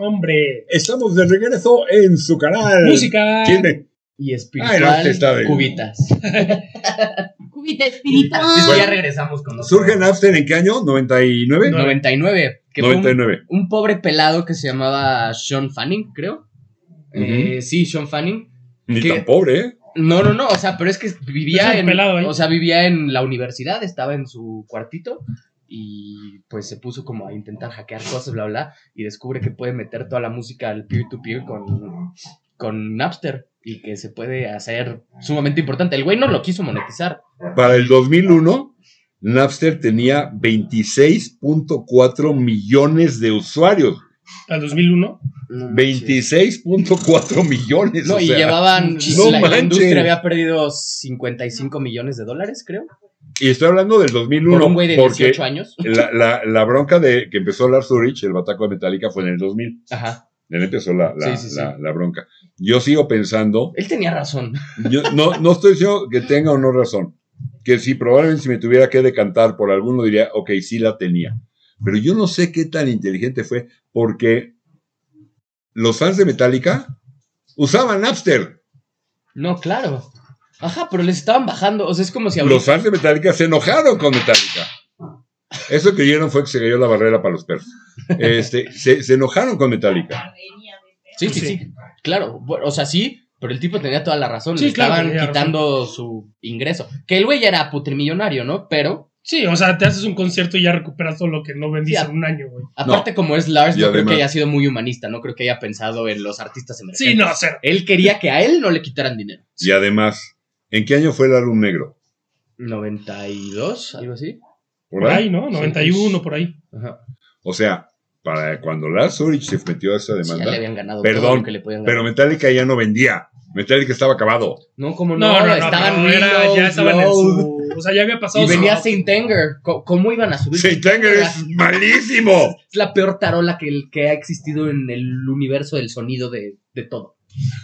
C: Hombre.
A: Estamos de regreso en su canal.
C: Música.
A: ¿Quién me-
B: Y
A: Ay,
B: espiritual
A: no, está bien.
B: cubitas.
F: Cubita espiritual.
B: Entonces
A: Bueno,
B: ya regresamos con nosotros.
A: Surge Napster en qué año? ¿99?
B: 99. Que fue un-
A: 99.
B: un pobre pelado que se llamaba Sean Fanning, creo. Eh, sí, Sean Fanning.
A: Ni
B: ¿Qué?
A: tan pobre, ¿eh?
B: No, no, no, o sea, pero es que vivía
C: Es un
B: en
C: pelado ahí.
B: o sea, vivía en la universidad, estaba en su cuartito y pues se puso como a intentar hackear cosas, bla bla, y descubre que puede meter toda la música al peer to peer con con Napster y que se puede hacer sumamente importante. El güey no lo quiso monetizar.
A: Para el 2001, Napster tenía 26.4 millones de usuarios.
C: Al 2001.
B: No,
A: 26.4 millones.
B: No,
A: o
B: y
A: sea.
B: llevaban
A: muchísimo.
B: la,
A: No
B: la industria
A: manches.
B: había perdido 55 millones de dólares, creo.
A: Y estoy hablando del
B: Por
A: 2001.
B: un güey de
A: porque
B: 18 años.
A: La, la- la bronca de que empezó Lars Ulrich, el bataco de Metallica, fue en el 2000.
B: Ajá.
A: De él empezó la, la-
B: Sí, sí, sí.
A: la- la bronca. Yo sigo pensando,
B: Él tenía razón.
A: yo, no, no estoy diciendo que tenga o no razón, que si probablemente si me tuviera que decantar por alguno diría, ok, sí la tenía. Pero yo no sé qué tan inteligente fue, porque los fans de Metallica usaban Napster.
B: No, claro. Ajá, pero les estaban bajando. O sea, es como si ahorita-
A: Los fans de Metallica se enojaron con Metallica. Eso que vieron fue que se cayó la barrera para los perros. Este, se, se enojaron con Metallica.
B: Sí, sí, sí, Claro. Bueno, O sea, sí, pero el tipo tenía toda la razón.
C: Sí,
B: le
C: claro,
B: estaban
C: tenía razón.
B: quitando su ingreso. Que el güey ya era putrimillonario, ¿no? Pero,
C: Sí, o sea, te haces un concierto y ya recuperas todo lo que no vendiste
B: Sí, a-
C: en un año, güey.
B: aparte, como es Lars,
A: Y
B: no creo
A: además-
B: que haya sido muy humanista. No creo que haya pensado en los artistas emergentes.
C: Sí, no, cero.
B: Él quería que a él no le quitaran dinero.
A: Y además, ¿en qué año fue el álbum negro?
B: ¿92? ¿Algo así?
A: ¿Por
C: Por
A: ahí?
C: ahí,
A: pues.
C: ¿no? 91, por ahí.
B: Ajá.
A: O sea, para cuando Lars Ulrich se metió a esa
B: Sí, ya le
A: demanda,
B: habían ganado
A: Perdón,
B: todo lo que le podían ganar.
A: pero Metallica ya no vendía. Metallica estaba acabado.
B: No, como no,
C: No, no, no.
B: estaban
C: pero era-
B: Reload,
C: ya estaban en
B: Load,
C: su. O sea, ya había pasado
B: Y
C: su-
B: venía Saint Anger. Co- ¿Cómo, iban a subir?
A: Saint Anger
B: Era-
A: es malísimo.
B: Es la peor tarola que, el- que ha existido en el universo del sonido de, de todo.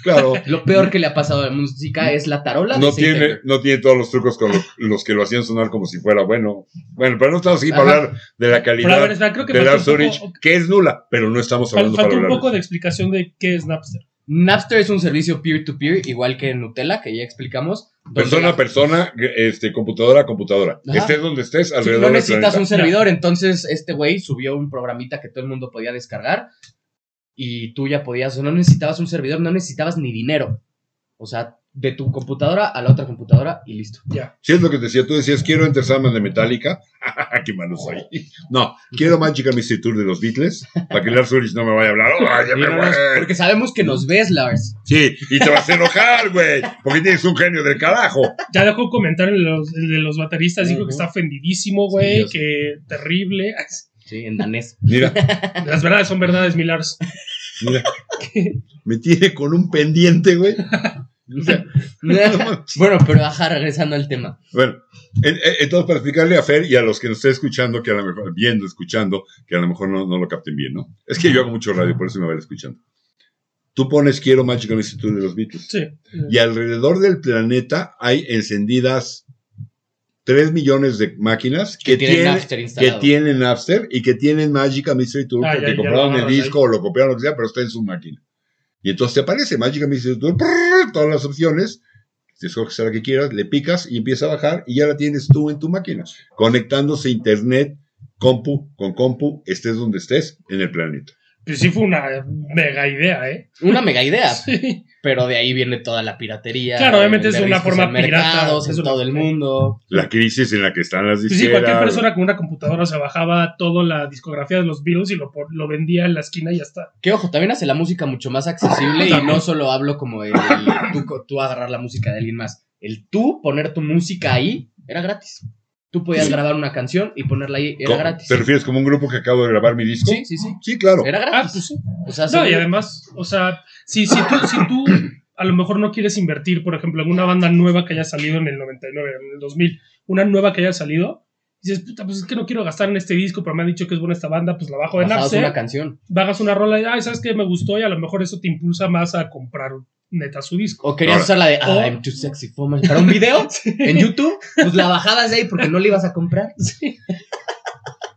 A: Claro.
B: Lo peor que le ha pasado a la música es la tarola de
A: No
B: Saint
A: tiene,
B: Anger.
A: no tiene todos los trucos con lo- los que lo hacían sonar como si fuera bueno. Bueno, pero no estamos aquí para
B: Ajá.
A: hablar de la
C: Pero a ver,
A: calidad
C: espera, creo que
A: de
C: faltó
A: Lars
C: un
A: Ulrich,
C: poco,
A: que es nula, pero no estamos
C: fal-
A: hablando para
C: faltó un
A: hablar de
C: poco de explicación de qué es Napster.
B: Napster es un servicio peer-to-peer, igual que Nutella, que ya explicamos. donde
A: Persona
B: la-
A: a persona, este, computadora a computadora.
B: Ajá.
A: Estés donde estés,
B: Sí,
A: alrededor
B: no
A: del
B: necesitas
A: planeta.
B: un servidor, entonces este güey subió un programita que todo el mundo podía descargar y tú ya podías, no necesitabas un servidor, no necesitabas ni dinero. O sea, de tu computadora a la otra computadora y listo.
A: Si es lo que te decía, tú decías, quiero Enter Sandman de Metallica. Qué malo soy. No, quiero Magical Mystery Tour de los Beatles, para que Lars Ulrich no me vaya a hablar. "Ay, ya
B: Y
A: me
B: no
A: voy".
B: nos- porque sabemos que nos ves, Lars.
A: Sí, y te vas a enojar, güey, porque tienes un genio del carajo.
C: Ya dejó un comentario en los- el de los bateristas, dijo
B: Ujú.
C: que está ofendidísimo,
B: Sí,
C: güey,
B: yo sé.
C: que terrible.
B: Sí, en danés.
A: Mira,
C: Las verdades son verdades, mi Lars.
A: mira. Me tiene con un pendiente, güey. O sea,
B: bueno, pero ajá, regresando al tema.
A: Bueno, en- en- entonces para explicarle a Fer y a los que nos estén escuchando, que a lo mejor, viendo, escuchando, que a lo mejor no, no lo capten bien, ¿no? Es que yo hago mucho radio, por eso me van escuchando. Tú pones Quiero Magical Mystery Tour de los Beatles.
C: Sí.
A: Y alrededor del planeta hay encendidas 3 millones de máquinas que,
B: tienen
A: tienen,
B: Napster
A: que
B: instalado.
A: tienen Napster y que tienen Magical Mystery Tour
C: Ah,
A: porque
C: ya- ya lo
A: compraron el
C: agarras
A: disco o lo copiaron, lo que sea, pero está en su máquina. Y entonces te aparece Magical Mystery Tour, prrr, todas las opciones, te escoges a la que quieras, le picas y empieza a bajar y ya la tienes tú en tu máquina, conectándose a internet, compu, con compu, estés donde estés en el planeta.
C: Pues sí fue una mega idea, ¿eh?
B: Una mega idea,
C: Sí.
B: pero de ahí viene toda la piratería.
C: Claro,
B: de
C: obviamente es
B: vender
C: una
B: discos
C: forma
B: en mercados,
C: pirata, es
B: En
C: una-
B: todo el mundo.
A: La crisis en la que están las
C: Pues
A: disqueras.
C: sí, cualquier persona con una computadora se bajaba toda la discografía de los Beatles y lo, pon- lo vendía en la esquina y ya está.
B: Que ojo, también hace la música mucho más accesible y no solo hablo como el, el tú, co- tú agarrar la música de alguien más. El tú poner tu música ahí era gratis. Tú podías
A: Sí.
B: grabar una canción y ponerla ahí, era
A: Co-
B: gratis.
A: ¿Te refieres como un grupo que acabo de grabar mi disco?
B: Sí, sí, sí.
A: Sí, claro.
B: Era
C: Ah,
B: gratis.
C: pues sí.
B: O sea,
C: No,
B: seguro-
C: y además, o sea, si, si, tú, si tú a lo mejor no quieres invertir, por ejemplo, en una banda nueva que haya salido en el 99, en el 2000, una nueva que haya salido, dices, puta, pues es que no quiero gastar en este disco, pero me han dicho que es buena esta banda, pues la bajo de
B: bajabas una
C: Napster,
B: canción.
C: bajas una rola y, ay, ¿sabes qué? Me gustó y a lo mejor eso te impulsa más a comprar neta su disco.
B: O querías
A: Ahora.
B: usar la de "Ah,
C: O-
B: I'm too sexy for my... Para un video en YouTube, pues la bajabas de ahí porque no le ibas a comprar.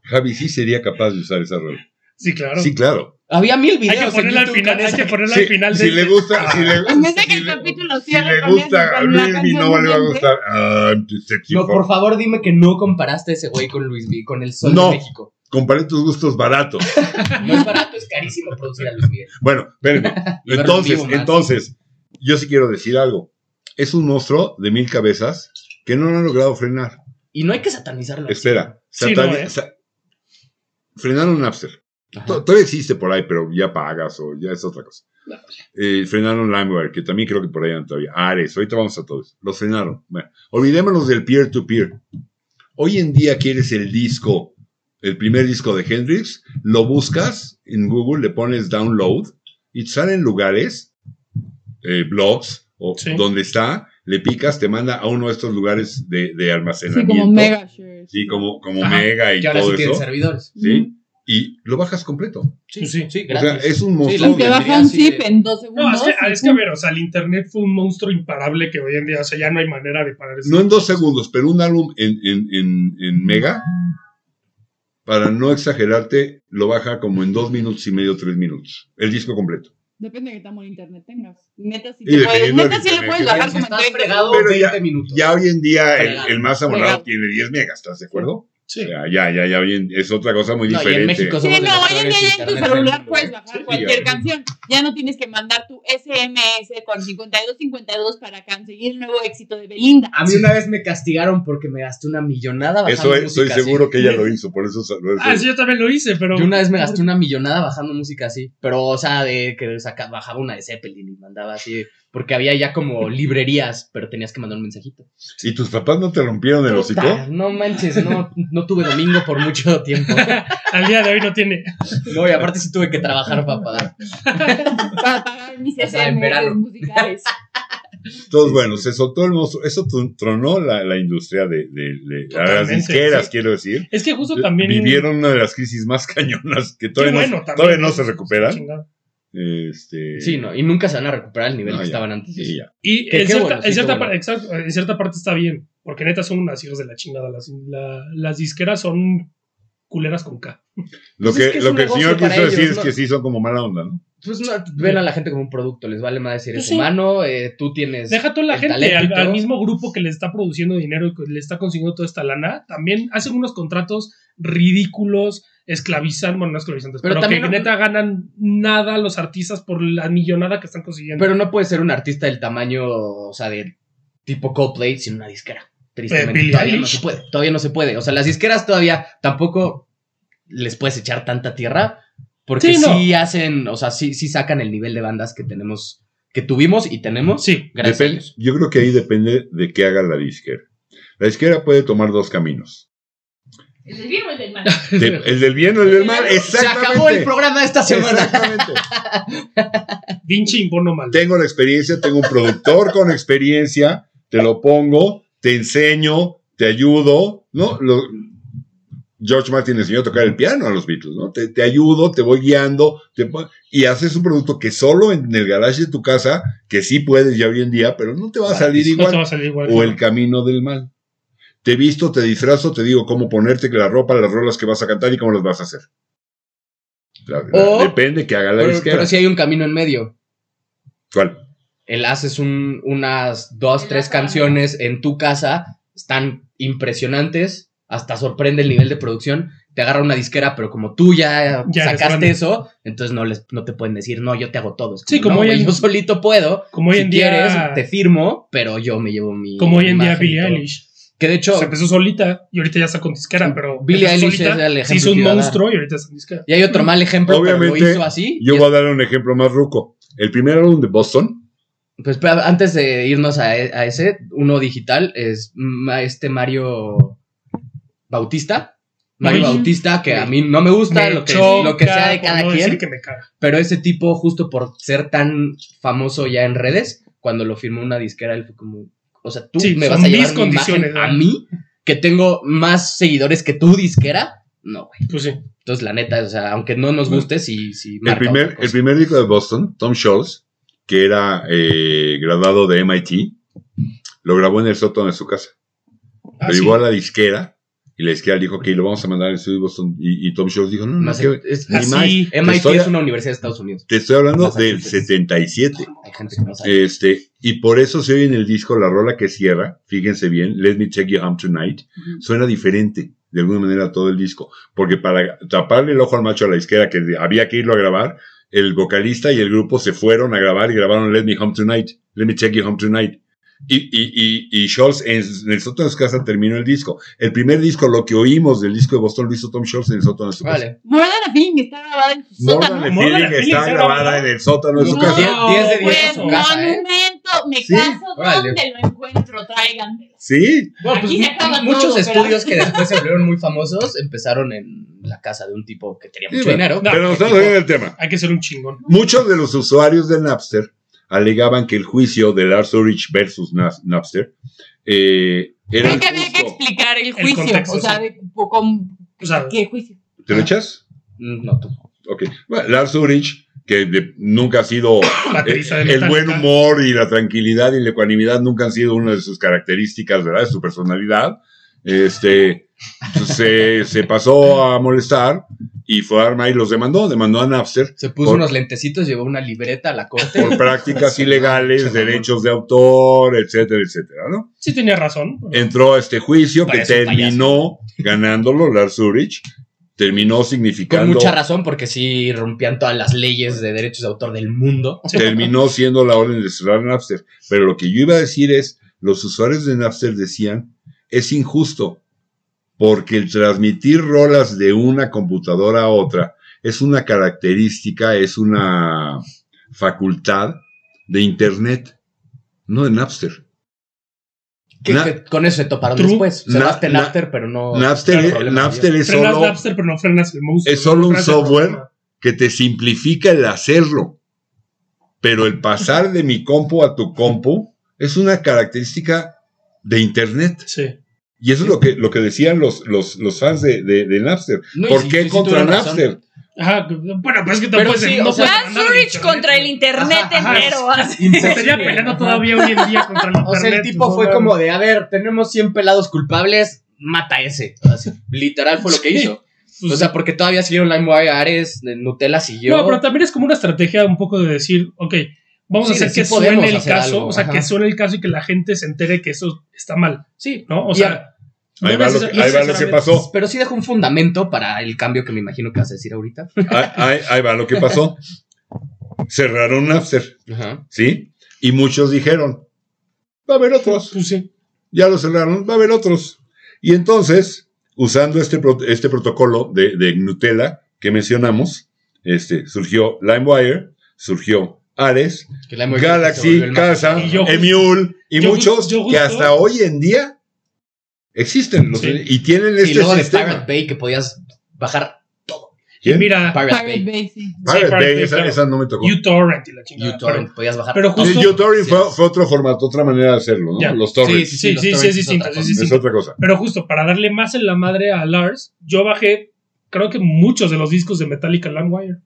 A: Javi sí sería capaz de usar esa rola.
C: Sí, claro.
A: Sí, claro.
B: Había mil
C: Hay
B: videos.
C: que ponerla
B: en
C: al
B: YouTube
C: final,
B: con
C: hay que
B: esa.
C: ponerla
A: Sí,
C: al final.
A: si
C: de-
A: le gusta, si le,
F: En vez de que
A: si
F: el
A: le-
F: capítulo
A: si
F: cierre
A: le
F: con eso,
A: gusta a
F: con la
A: Luis mi
F: canción
A: no le va a
F: de-
A: gustar. Ah, pues, I'm too sexy
B: No,
A: for-
B: por favor, dime que no comparaste a ese güey con Luis Miguel, con el Sol
A: No.
B: de México.
A: Comparé tus gustos baratos.
B: No es barato, es carísimo producir a Luis Miguel.
A: Bueno, espérenme.
B: Y verlo en
A: Entonces,
B: vivo más.
A: entonces, yo sí quiero decir algo. Es un monstruo de mil cabezas que no lo han logrado frenar.
B: Y no hay que satanizarlo.
A: Espera.
C: Sí,
A: satani-
C: no, ¿eh?
A: sa- frenaron Napster.
B: Ajá.
A: To- Todavía existe por ahí, pero ya pagas o ya es otra cosa.
F: pues
A: Eh, frenaron LimeWire, que también creo que por ahí andan todavía. Ares, ahorita vamos a todos. Los frenaron. Bueno, olvidémonos del peer-to-peer. Hoy en día quieres el disco, el primer disco de Hendrix, lo buscas en Google, le pones download y te salen lugares, eh, blogs, o
C: Sí.
A: donde está le picas, te manda a uno de estos lugares de, de
F: Sí,
A: almacenamiento.
F: como mega shares.
A: Sí, como, como
B: Ajá,
A: mega y
B: Que ahora
A: todo
B: sí tienen
A: eso.
B: servidores.
A: ¿Sí? Y lo bajas completo.
B: Sí,
C: Sí.
B: sí,
A: O sea,
B: gratis.
A: es un
B: Sí,
A: monstruo.
B: la
F: Y
A: de-
F: te
B: vendría
F: baja un
B: así de-
F: zip en dos
C: No,
F: segundos.
C: es que,
F: y
C: es que, a
F: pum.
C: ver, o sea, el internet fue un monstruo imparable que hoy en día, o sea, ya no hay manera de parar eso.
A: no en dos segundos, pero un álbum en, en, en, en mega, para no exagerarte, lo baja como en dos minutos y medio, tres minutos. El disco completo.
F: Depende de qué tan buen internet tengas.
E: Neta, si
A: Y
E: te puedes,
A: dependiendo
E: neta,
A: del
E: sí le
A: internet
E: puedes
A: que
E: bajar
B: Si
E: como
B: estás
E: en 30
B: fregado
A: Pero ya-
B: 20 minutos.
A: Ya hoy en día el, el más
E: Pegado.
A: abonado tiene 10 megas, ¿estás de acuerdo?
C: Sí.
A: Ya, ya, ya, ya hoy en- es otra cosa muy
B: No, y en
A: diferente.
B: México
E: Sí,
B: somos de
E: no,
B: los
E: hoy en
B: peores
E: día ya en tu
B: internet del
E: celular pues.
B: mundo,
E: puedes
B: güey.
E: bajar
A: Sí,
E: cualquier
A: ya.
E: canción. Ya no tienes que mandar tu SMS con 5252 para conseguir el nuevo éxito de Belinda.
B: A mí una vez me castigaron porque me gasté una millonada bajando
A: Eso es-
B: música
A: estoy
B: así.
A: seguro que ella lo hizo, por eso. por eso-
C: Ah, sí, yo también lo hice, pero.
B: Yo una vez me gasté una millonada bajando música así, pero o sea, de que saca- bajaba una de Zeppelin y mandaba así, porque había ya como librerías, pero tenías que mandar un mensajito.
A: ¿Y tus papás no te rompieron el hocico?
B: Puta, No manches, no, no tuve domingo por mucho tiempo.
C: Al día de hoy no tiene.
B: No, y aparte sí tuve que trabajar para pagar.
E: Para pagar mis
B: O sea, en verano.
E: SMS musicales.
A: Entonces, bueno, se soltó el monstruo. Eso tron- tronó la, la industria de, de- de- a las
C: Totalmente,
A: disqueras,
C: sí.
A: quiero decir.
C: Es que justo también.
A: Vivieron una de las crisis más cañonas que
C: Qué
A: todavía,
C: bueno,
A: no,
C: también.
A: todavía no se recuperan.
C: Chingado.
A: Este,
B: Sí, no, y nunca se van a recuperar el nivel
A: No,
B: que
A: ya.
B: estaban antes.
A: y ya.
C: Y
B: Qué-
C: en,
B: qué
C: cierta,
B: bueno, sí,
C: en, cierta
B: qué bueno.
C: par- exacto, en cierta parte está bien, porque neta son unas hijas de la chingada. Las, la- las disqueras son culeras con K.
A: Lo
B: Pues
A: que,
B: es que es
A: lo
B: un
A: que el
B: negocio
A: señor
B: para
A: quiso decir
B: ellos,
A: es
B: ¿no?
A: que sí son como mala onda, ¿no?
B: Pues no, ven a la gente como un producto, les vale más decir eres
C: Sí.
B: humano, eh, tú tienes.
C: Deja toda la
B: el
C: gente, al,
B: talento.
C: al mismo grupo que le está produciendo dinero y que le está consiguiendo toda esta lana, también hacen unos contratos ridículos, esclavizan, bueno, no esclavizantes,
B: Pero
C: pero,
B: también
C: que
B: no-
C: neta ganan nada los artistas por la millonada que están consiguiendo.
B: Pero no puedes ser un artista del tamaño, o sea, de tipo Coldplay sin una disquera. Tristemente,
C: Eh, Billie
B: todavía no
C: Eilish.
B: se puede. Todavía no se puede. O sea, las disqueras todavía tampoco les puedes echar tanta tierra porque sí,
C: Sí, no.
B: hacen, o sea, sí, sí sacan el nivel de bandas que tenemos, que tuvimos y tenemos.
C: sí,
B: Gracias. a
A: Depen-
B: ellos.
A: yo creo que ahí depende de qué haga la disquera. La disquera puede tomar dos caminos.
F: ¿Es el bien o el del mal?
A: De- el del bien o el del mal,
B: Se
A: exactamente.
B: acabó el programa de esta semana.
A: Exactamente.
C: Vinci impono mal.
A: tengo la experiencia, tengo un productor con experiencia, te lo pongo, te enseño, te ayudo, ¿no? Lo- George Martin enseñó a tocar el piano a los Beatles, ¿no? Te, te ayudo, te voy guiando, te pon- y haces un producto que solo en el garage de tu casa, que sí puedes ya hoy en día, pero no te va a salir
C: No te va
A: igual,
C: a salir igual.
A: o el camino del mal. Te visto, te disfrazo, te digo cómo ponerte que la ropa, las rolas que vas a cantar y cómo las vas a hacer. La- la-
B: O-
A: depende que haga la
B: Pero,
A: disquera.
B: pero sí hay un camino en medio.
A: ¿Cuál?
B: El haces un- unas dos,
F: El
B: tres
F: hace la
B: canciones en tu casa, están impresionantes, hasta sorprende el nivel de producción. Te agarra una disquera, pero como tú ya,
C: Ya eres
B: sacaste
C: grande.
B: eso, entonces no les no te pueden decir, no, yo te hago todo. Es
C: Sí, como
B: "No,
C: hoy
B: güey,
C: en-
B: yo solito puedo.
C: Como hoy
B: si
C: en
B: quieres,
C: día.
B: te firmo, pero yo me llevo mi.
C: Como hoy en día
B: imagen y
C: Billie
B: todo".
C: Eilish.
B: Que de hecho,
C: se empezó solita y ahorita ya está con disquera, pero.
B: Billie
C: empezó
B: Eilish
C: solita,
B: es el
C: Se hizo
B: ejemplo que
C: un
B: iba a dar.
C: monstruo y ahorita está en disquera.
B: y hay otro mal ejemplo, pero lo
A: Obviamente,
B: hizo así. y
A: Yo voy a dar un ejemplo más ruco. El primer álbum de Boston,
B: Pues espera, antes de irnos a, e- a ese, uno digital es ma- este Mario Bautista. Mario
C: Uy.
B: Bautista, que a
C: Me-
B: mí no me gusta,
C: Me
B: lo que,
C: choca,
B: lo que sea de
C: por
B: cada
C: no decir
B: quien,
C: que me caga.
B: pero ese tipo, justo por ser tan famoso ya en redes, cuando lo firmó una disquera, él fue como, o sea, tú
C: Sí,
B: me
C: son
B: vas a
C: mis
B: llevar mi imagen
C: condiciones,
B: a
C: ¿no?
B: mí, que tengo más seguidores que tú, disquera. No, güey.
C: Pues sí.
B: Entonces, la neta, o sea, aunque no nos guste, sí, sí.
A: el
B: marca
A: primer,
B: otra cosa.
A: el primer disco de Boston, Tom Scholz, que era eh, graduado de MIT, lo grabó en el sótano de su casa.
C: Ah,
A: lo
C: sí.
A: llevó a la disquera y la disquera dijo, ok, lo vamos a mandar al estudio de Boston. Y, y Tom Scholz dijo, no, no,
B: Más-
A: es que
B: es-
A: ni
C: Así.
A: más. Te
B: MIT
A: estoy-
B: es una universidad de Estados Unidos.
A: Te estoy hablando
B: Más
A: del
B: antes.
A: 77.
B: Hay gente que no sabe.
A: Este, y por eso se oye en el disco la rola que cierra, fíjense bien, Let Me Take You Home Tonight, suena diferente de alguna manera a todo el disco, porque para taparle el ojo al macho a la izquierda que había que irlo a grabar, el vocalista y el grupo se fueron a grabar y grabaron Let Me Home Tonight, Let Me Take You Home Tonight. Y, y, y, y Scholz en, en el sótano de su casa terminó el disco. El primer disco, lo que oímos del disco de Boston, lo hizo Tom Scholz en el sótano de su casa.
B: Vale.
E: More Than a Thing está grabada en su
A: Morgan
E: sótano.
A: Le
C: Morgan Le
A: Feeling
C: Feeling
A: está
C: está
A: grabada
C: grabada.
A: en el sótano de su
B: No,
A: casa.
B: 10 de 10
E: Pues
B: en su casa, ¿eh?
E: monumento, me
A: Sí,
E: caso
B: órale.
E: donde lo encuentro, tráiganmelo.
A: Sí,
B: Bueno, pues,
E: Aquí se acaba
B: muchos
E: todo, pero-
B: estudios que después se volvieron muy famosos empezaron en la casa de un tipo que tenía
A: Sí,
B: mucho
A: bueno,
B: dinero.
C: no,
A: pero
B: El
A: estamos
B: tipo-
A: en el tema.
C: Hay que ser un chingón.
A: Muchos de los usuarios de Napster alegaban que el juicio de Lars Ulrich versus Nas- Napster eh, era
E: Creo que había que
A: injusto.
E: explicar el juicio.
C: contexto,
E: o sea,
C: sí.
E: de, con,
C: O sea,
E: ¿qué juicio?
A: ¿Te lo echas?
B: Mm, No, tú.
A: Ok. Bueno, Lars Ulrich, que de- nunca ha sido
C: baterista de
A: Eh, el
C: Metallica.
A: buen humor y la tranquilidad y la ecuanimidad nunca han sido una de sus características, ¿verdad? De su personalidad. Este se, se pasó a molestar y fue a Arma y los demandó. Demandó a Napster
B: Se puso
A: Por-
B: unos lentecitos, llevó una libreta a la corte.
A: por prácticas ilegales,
B: mamó.
A: derechos de autor, etcétera, etcétera, ¿no?
C: Sí tenía razón. pero-
A: Entró a este juicio que
B: Parece un
A: terminó ganándolo Lars Ulrich, terminó
B: Con
A: significando
B: mucha razón, porque sí rompían todas las leyes de derechos de autor del mundo.
A: terminó siendo la orden de cerrar Napster. Pero lo que yo iba a decir es, los usuarios de Napster decían, es injusto, porque el transmitir rolas de una computadora a otra es una característica, es una facultad de Internet, no de Napster.
B: Que,
A: Na-
B: que con eso se toparon
C: True.
B: después. Se
A: Na-
B: baste
A: na-
B: Napster, pero no.
A: Napster,
B: no
A: es-
B: era problema
A: Napster es
C: frenas
A: solo
C: Napster, pero no frenas el monstruo.
A: es solo
C: No
A: un
C: frenas el
A: software.
C: problema.
A: que te simplifica el hacerlo. Pero el pasar de mi compu a tu compu es una característica de Internet.
C: Sí.
A: Y eso es lo que, lo que decían los, los, los fans de, de, de Napster.
B: No, y
A: ¿Por
B: sí-
A: qué
B: sí
A: contra
B: tuvieron razón.
A: Napster?
C: Ajá, que- bueno, pues es que
B: Pero
C: tampoco
B: sí,
C: no
B: o sea,
C: puedes
E: Lance
C: ganar en
E: Ulrich contra el internet
B: Ajá, ajá.
E: entero. así.
C: Se estaría peleando todavía hoy en día contra el internet.
B: O sea, el tipo
C: no
B: fue
C: mames.
B: como de, a ver, tenemos 100 pelados culpables, mata a ese. Así, literal fue lo que
C: Sí.
B: hizo.
C: Pues
B: O sea, porque todavía siguieron LimeWire, Ares, eh, Nutella siguió.
C: No, pero también es como una estrategia un poco de decir, ok, vamos
B: Sí,
C: a hacer
B: sí
C: que
B: podemos
C: suene el
B: hacer
C: caso,
B: algo,
C: o sea,
B: ajá.
C: que suene el caso y que la gente se entere que eso está mal,
B: sí,
C: ¿no? O
B: Y
C: sea, no
A: Ahí va lo que,
C: necesariamente-
A: ahí va lo que pasó.
B: pero sí dejó un fundamento para el cambio que me imagino que vas a decir ahorita.
A: Ahí, Ah, ahí- ahí va lo que pasó. Cerraron Napster,
B: Ajá.
A: ¿sí? Y muchos dijeron, va a haber otros.
C: Pues sí.
A: Ya lo cerraron, va a haber otros. Y entonces, usando este, pro- este protocolo de, de Nutella que mencionamos, este, surgió LimeWire, surgió Ares,
B: Que LimeWire se volvió
A: Galaxy,
B: el más-
A: Casa,
C: Y yo justo-
A: Emule y
C: yo ju-
A: muchos
C: yo justo-
A: que hasta hoy en día existen los-
C: Sí.
A: y tienen
B: Y
A: este
B: luego de Pirate
A: sistema.
B: Bay que podías bajar
A: ¿Quién?
C: Mira,
B: Pirate
E: Pirate
B: Bay.
E: Bay, sí.
A: Pirate
C: Sí, Pirate
A: Bay,
C: Bay,
A: esa,
C: claro.
A: esa no me tocó.
C: U-Torrent y la chingada.
B: YouTube, podías bajar.
C: Pero
B: todo.
A: Sí,
C: justo-
A: uTorrent fue,
B: Gracias.
A: fue otro formato, otra manera de hacerlo, ¿no?
C: Ya.
A: Los
B: Sí,
A: torrents.
C: Sí,
B: sí, sí, los
C: sí, sí,
B: torrents
C: es
B: otra
C: distinto,
B: cosa.
C: sí, sí, sí.
A: es otra cosa.
C: Pero justo para darle más en la madre a Lars, yo bajé, creo que muchos de los discos de Metallica Landwire.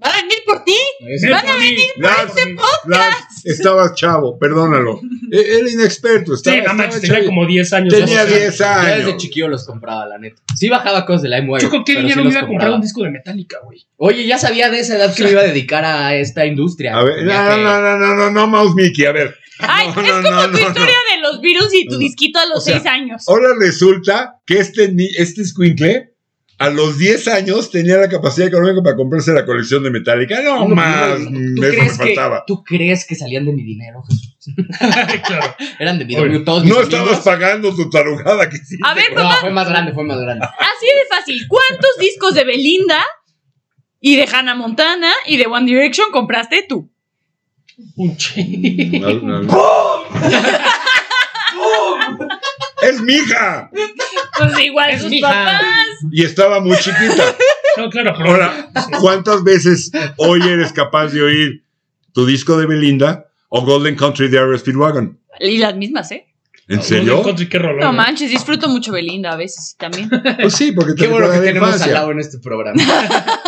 E: Van a venir por ti.
C: Ven por mí,
A: Lars,
C: ven por mí.
A: Lars, estabas chavo, perdónalo. E- Era inexperto,
C: Sí,
A: estaba,
C: no
A: estaba
C: manches, tenía
A: chavo.
C: como 10 años.
A: Tenía
C: 12 años.
A: 10
B: Ya desde
A: años.
B: chiquillo los compraba, la neta. Sí bajaba cosas de LimeWire.
C: Yo con qué
B: pero
C: dinero
B: sí
C: me
B: los
C: iba a comprar
B: compraba.
C: un disco de Metallica, güey.
B: Oye, ya sabía de esa edad que me iba a dedicar a esta industria.
A: A ver,
B: Tenía
A: no,
B: que-
A: no, no, no, no, no, Mouse Mickey, a ver.
E: Ay,
A: No,
E: es
A: no,
E: como
A: no, no,
E: tu historia de los virus y tu
A: No.
E: disquito a los
A: O sea,
E: 6 años.
A: Ahora resulta que este, ni- este escuincle a los 10 años tenía la capacidad económica para comprarse la colección de Metallica. No,
B: No,
A: más,
B: no,
A: mm, eso
B: ¿tú
A: me
B: crees que-
A: faltaba.
B: ¿Tú crees que salían de mi dinero, Jesús?
C: claro.
B: Eran de mi
C: Oye,
B: dinero todos mis
A: No
B: amigos.
A: estabas pagando tu tarugada que hiciste.
E: A ver,
B: No, fue más grande, fue más grande.
A: ah.
E: Así de fácil. ¿Cuántos discos de Belinda y de Hannah Montana y de One Direction compraste tú?
C: Un chingo.
A: No, no, no. ¡Es mi hija!
E: Pues igual
B: Es
E: sus
B: mi hija.
E: papás.
A: Y estaba muy chiquita.
C: No, claro, pero
A: Ahora, ¿cuántas veces hoy eres capaz de oír tu disco de Belinda o Golden Country de Aero Speedwagon?
E: Y las mismas, ¿eh?
A: ¿En
C: Golden
A: serio?
C: Country, qué rolón,
E: No
C: ¿eh?
E: manches, disfruto mucho Belinda a veces también.
A: Pues sí, porque te
B: Qué bueno que
A: recuerda la
B: tenemos al
A: infancia.
B: lado en este programa.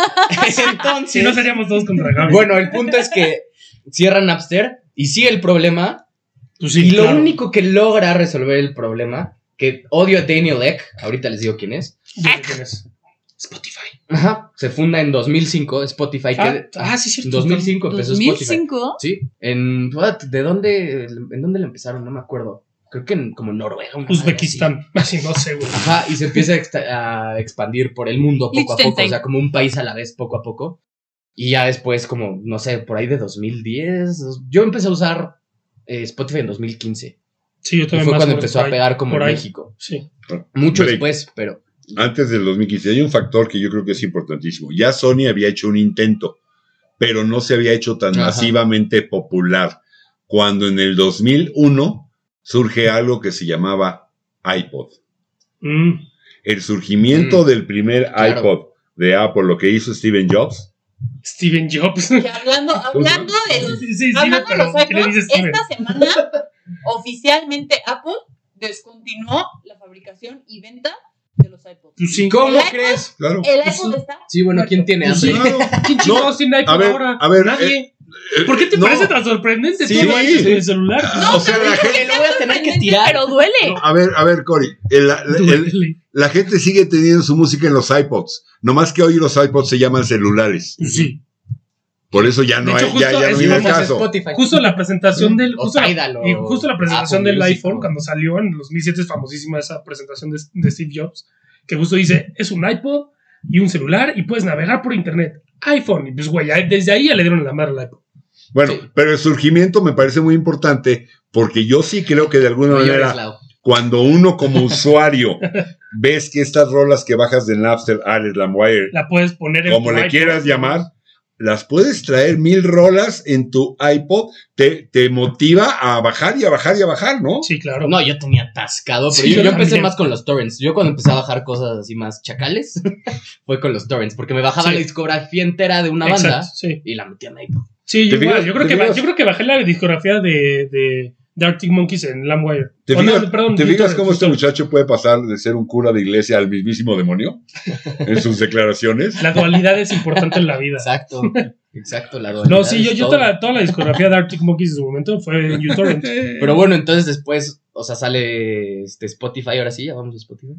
B: Entonces,
C: Si no seríamos todos contra Gaby.
B: bueno, el punto es que cierran Napster y sigue el problema.
C: Pues sí,
B: y lo
C: claro.
B: único que logra resolver el problema, que odio a Daniel Eck, ahorita les digo quién es.
C: Yo sé quién es. Spotify.
B: Ajá, se funda en 2005 Spotify.
C: Ah,
B: que,
C: ah, sí, cierto.
B: En 2005 empezó Spotify.
E: 2005.
B: Sí, en what, ¿de dónde en dónde le empezaron? No me acuerdo. Creo que en como en Noruega, una madre
C: Uzbekistán.
B: Ah,
C: Así, no sé, güey.
B: así. Ajá, y se empieza a exta- a expandir por el mundo poco a poco, o
E: Liechtenstein.
B: sea, como un país a la vez poco a poco. Y ya después como no sé, por ahí de 2010, dos- yo empecé a usar eh, Spotify en 2015.
C: Sí, yo
B: Y
C: también
B: fue
C: más
B: cuando
C: o menos
B: empezó
C: por
B: a
C: ahí.
B: pegar como
C: por
B: en
C: ahí.
B: México.
C: Sí.
B: Mucho
A: Break.
B: después, pero
A: antes del 2015. Hay un factor que yo creo que es importantísimo. Ya Sony había hecho un intento, pero no se había hecho tan
B: Ajá.
A: masivamente popular. Cuando en el 2001 surge algo que se llamaba iPod.
C: Mm.
A: El surgimiento
B: Mm.
A: del primer
B: Claro.
A: iPod de Apple, lo que hizo Steven Jobs,
C: Steven Jobs.
E: Y hablando, hablando de los
C: Sí, sí,
E: Hablando de
C: pero
E: los
C: ¿qué le
E: iPhones,
C: dices Steven?
E: esta semana oficialmente Apple descontinuó la fabricación y venta de los iPods.
C: Pues sí.
B: ¿Cómo
E: ¿El
B: crees?
A: Claro.
E: El iPod está.
B: Eh, Sí, bueno, ¿quién tiene
C: Pues sí.
B: hambre?
A: Claro.
C: ¿Quién chingados tiene iPhone
A: a ver,
C: ahora?
A: a ver,
C: Nadie.
A: eh,
C: ¿Por qué te
A: no.
C: parece tan sorprendente
A: Sí,
C: todo
A: sí.
C: el celular?
A: o sea, la gente-
B: Lo voy a tener que
E: Sorprendente,
B: tirar.
E: Pero duele.
A: a ver, a ver, Cory, el- la- la- el-
C: Duele.
A: la gente sigue teniendo su música en los iPods, nomás que hoy los iPods se llaman celulares.
C: Sí.
A: Por eso ya no,
C: hecho, justo
A: hay, ya, ya no
C: es
A: viene el
B: Vamos a
A: caso.
B: Spotify. Mm,
C: Justo la presentación del.
B: O
C: Justo la,
B: Tidal, o
C: y justo la presentación
B: Apple
C: del
B: Music,
C: iPhone,
B: o-
C: cuando salió en el 2007, es famosísima esa presentación de, de Steve Jobs, que justo dice: es un iPod y un celular y puedes navegar por internet. iPhone. Y pues, güey, ya- desde ahí ya le dieron la madre al iPod.
A: Bueno,
B: Sí.
A: pero el surgimiento me parece muy importante porque yo sí creo que de alguna
B: No
A: manera
B: llores, Lau.
A: cuando uno como usuario ves que estas rolas que bajas de Napster, Alex, LimeWire,
C: La puedes poner en.
A: como
C: tu
A: le
C: iPod.
A: quieras llamar, las puedes traer mil rolas en tu iPod, te, te motiva a bajar y a bajar y a bajar, ¿no?
C: Sí, claro.
B: No, yo tenía atascado, pero
C: Sí,
B: yo,
C: yo
B: yo empecé
C: también.
B: más con los torrents. Yo cuando empecé a bajar cosas así más chacales, fue con los torrents, porque me bajaba
C: Sí.
B: la discografía entera de una
C: Exacto,
B: banda
C: sí.
B: y la metía en iPod.
C: Sí,
A: ¿Te
C: yo igual.
A: fijas?
C: Yo creo,
A: ¿Te
C: que, ba-
A: fijas?
C: yo creo que bajé la discografía de, de, de Arctic Monkeys en LimeWire.
A: ¿Te
C: O no,
A: fijas,
C: perdón,
A: ¿Te
C: Deep
A: fijas
C: Torrent,
A: cómo
C: Deep
A: este
C: Torrent.
A: muchacho puede pasar de ser un cura de iglesia al mismísimo demonio en sus declaraciones?
C: La dualidad es importante en la vida.
B: Exacto, exacto, la
C: No,
B: dualidad
C: sí, yo,
B: es
C: yo
B: todo.
C: toda, la, toda la discografía de Arctic Monkeys en su momento fue en uTorrent.
B: Pero bueno, entonces después, o sea, sale este Spotify, ahora sí, ya vamos a Spotify.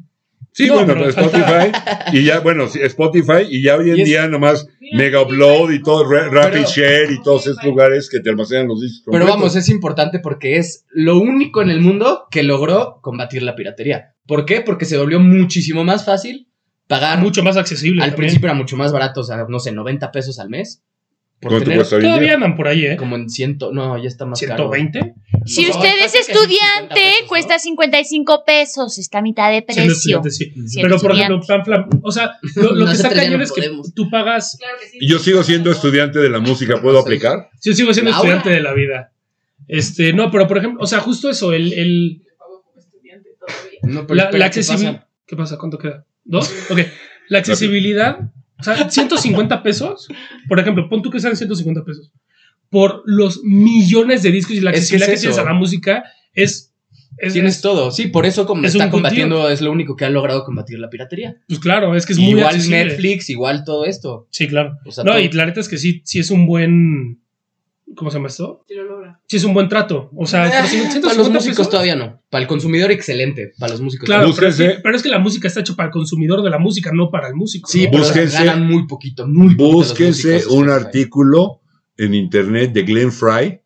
A: Sí,
C: No,
A: bueno,
C: pero
A: pues, Spotify y ya, bueno, sí, Spotify y ya hoy en
B: Y es-
A: día nomás
F: Mira,
A: Mega
F: sí,
A: Upload y
F: Facebook.
A: todo, Ra- Rapid
B: Pero-
A: Share y todos esos lugares que te almacenan los discos.
B: Pero
A: completos.
B: vamos, es importante porque es lo único en el mundo que logró combatir la piratería. ¿Por qué? Porque se volvió muchísimo más fácil pagar.
C: Mucho más accesible.
B: al
C: también.
B: principio era mucho más barato, o sea, no sé, 90 pesos al mes. Por
A: ¿Cuánto
B: tener
A: cuesta hoy en
C: Todavía
A: día?
C: andan por ahí, ¿eh?
B: como en 100, no, ya está más caro.
C: 120.
G: Si
B: No,
G: usted es
B: casi que sí, 50
G: estudiante,
B: pesos, ¿no?
G: cuesta 55 pesos, está a mitad de
C: siendo
G: precio.
C: estudiante, sí.
G: Siendo
C: Pero, por
G: estudiante.
C: ejemplo, plan, plan, o sea, lo, lo que está
B: Nosotros ya
C: cañón
B: no
C: es que
B: podemos.
C: tú pagas.
F: Claro que sí.
A: Yo sigo siendo estudiante de la música, ¿puedo
B: No sé.
A: aplicar?
C: Yo sigo siendo
B: Laura.
C: estudiante de la vida. Este, no, pero por ejemplo, o sea, justo eso, el, el,
F: estudiante todavía.
B: No, pero
C: La,
B: espera,
C: la
B: ¿qué
C: accesibil-
B: pasa?
C: ¿Qué pasa? ¿Cuánto queda? ¿Dos? Ok. La accesibilidad, o sea, 150 pesos. Por ejemplo, pon tú que sean 150 pesos. Por los millones de discos y la
B: Es que
C: accesibilidad que,
B: es
C: tienes
B: eso.
C: a la música es. es
B: Tienes todo, sí, por eso como
C: Es
B: está
C: un
B: combatiendo, es lo único que ha logrado combatir la piratería.
C: pues claro, es que es muy
B: igual
C: accesible.
B: Netflix, igual todo esto.
C: Sí, claro.
B: O sea,
C: no,
B: todo. Eh,
C: y la neta es que sí, sí es un buen. ¿Cómo se llama esto?
F: Si lo logra.
C: Sí es un buen trato. O sea, por
B: para Eh, los
C: 150
B: músicos
C: pesos.
B: todavía no. Para el consumidor, excelente. Para los músicos.
C: Claro, pero es,
A: Búsquense.
C: que, pero es que la música está hecha para el consumidor de la música, no para el músico.
B: Sí,
C: ¿no?
B: pero
A: Búsquense-
B: ganan muy poquito, muy poquito los
A: Búsquense
B: músicos de
A: un
B: Spotify.
A: artículo en internet de Glenn Fry,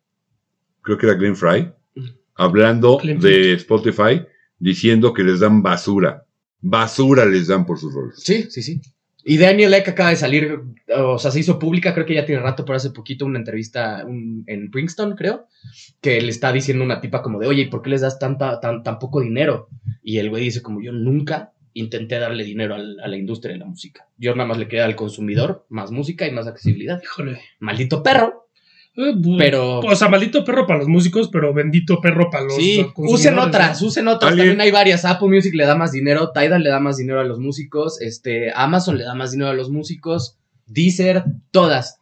A: creo que era Glenn Fry,
B: Mm.
A: hablando
C: Glenn
A: de Spotify, diciendo que les dan basura. Basura les dan por sus roles.
B: Sí, sí, sí. Y Daniel Ek acaba de salir, o sea, se hizo pública, creo que ya tiene rato, pero hace poquito una entrevista un- en Princeton, creo, que le está diciendo una tipa como de, oye, ¿y por qué les das tanta, tan, tan poco dinero? Y el güey dice como, yo nunca intenté darle dinero al- a la industria de la música. Yo nada más le quería al consumidor más música y más accesibilidad.
C: Híjole.
B: Maldito perro,
C: Eh, bu-
B: pero...
C: O sea, maldito perro para los músicos, pero bendito perro para los.
B: Sí,
C: consumidores,
B: usen
C: ¿no?
B: otras, usen otras.
A: Alguien-
B: También hay varias. Apple Music le da más dinero, Tidal le da más dinero a los músicos, este, Amazon le da más dinero a los músicos, Deezer, todas.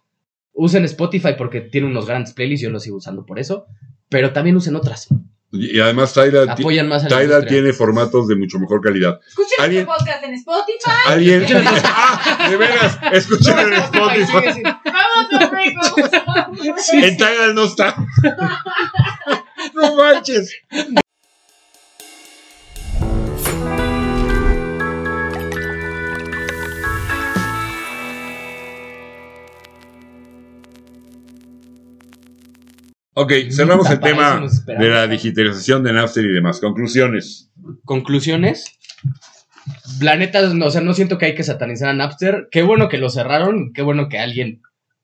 B: Usen Spotify porque tiene unos grandes playlists, yo los sigo usando por eso, pero también usen otras.
A: Y y además Tyler, ti-
B: Apoyan más a la
A: Tidal
B: industria.
A: tiene formatos de mucho mejor calidad.
F: Escuchen
A: Alguien-
F: este podcast en Spotify.
A: Alguien. ¡Ah! De veras, escuchen en Spotify.
F: Vamos a un break, vamos a un break.
A: En Tidal no está. No manches. Ok, cerramos el
B: Para eso
A: tema
B: nos esperamos.
A: de la digitalización de Napster y demás. Conclusiones.
B: Conclusiones. La neta, no, o sea, no siento que hay que satanizar a Napster. Qué bueno que lo cerraron, qué bueno que alguien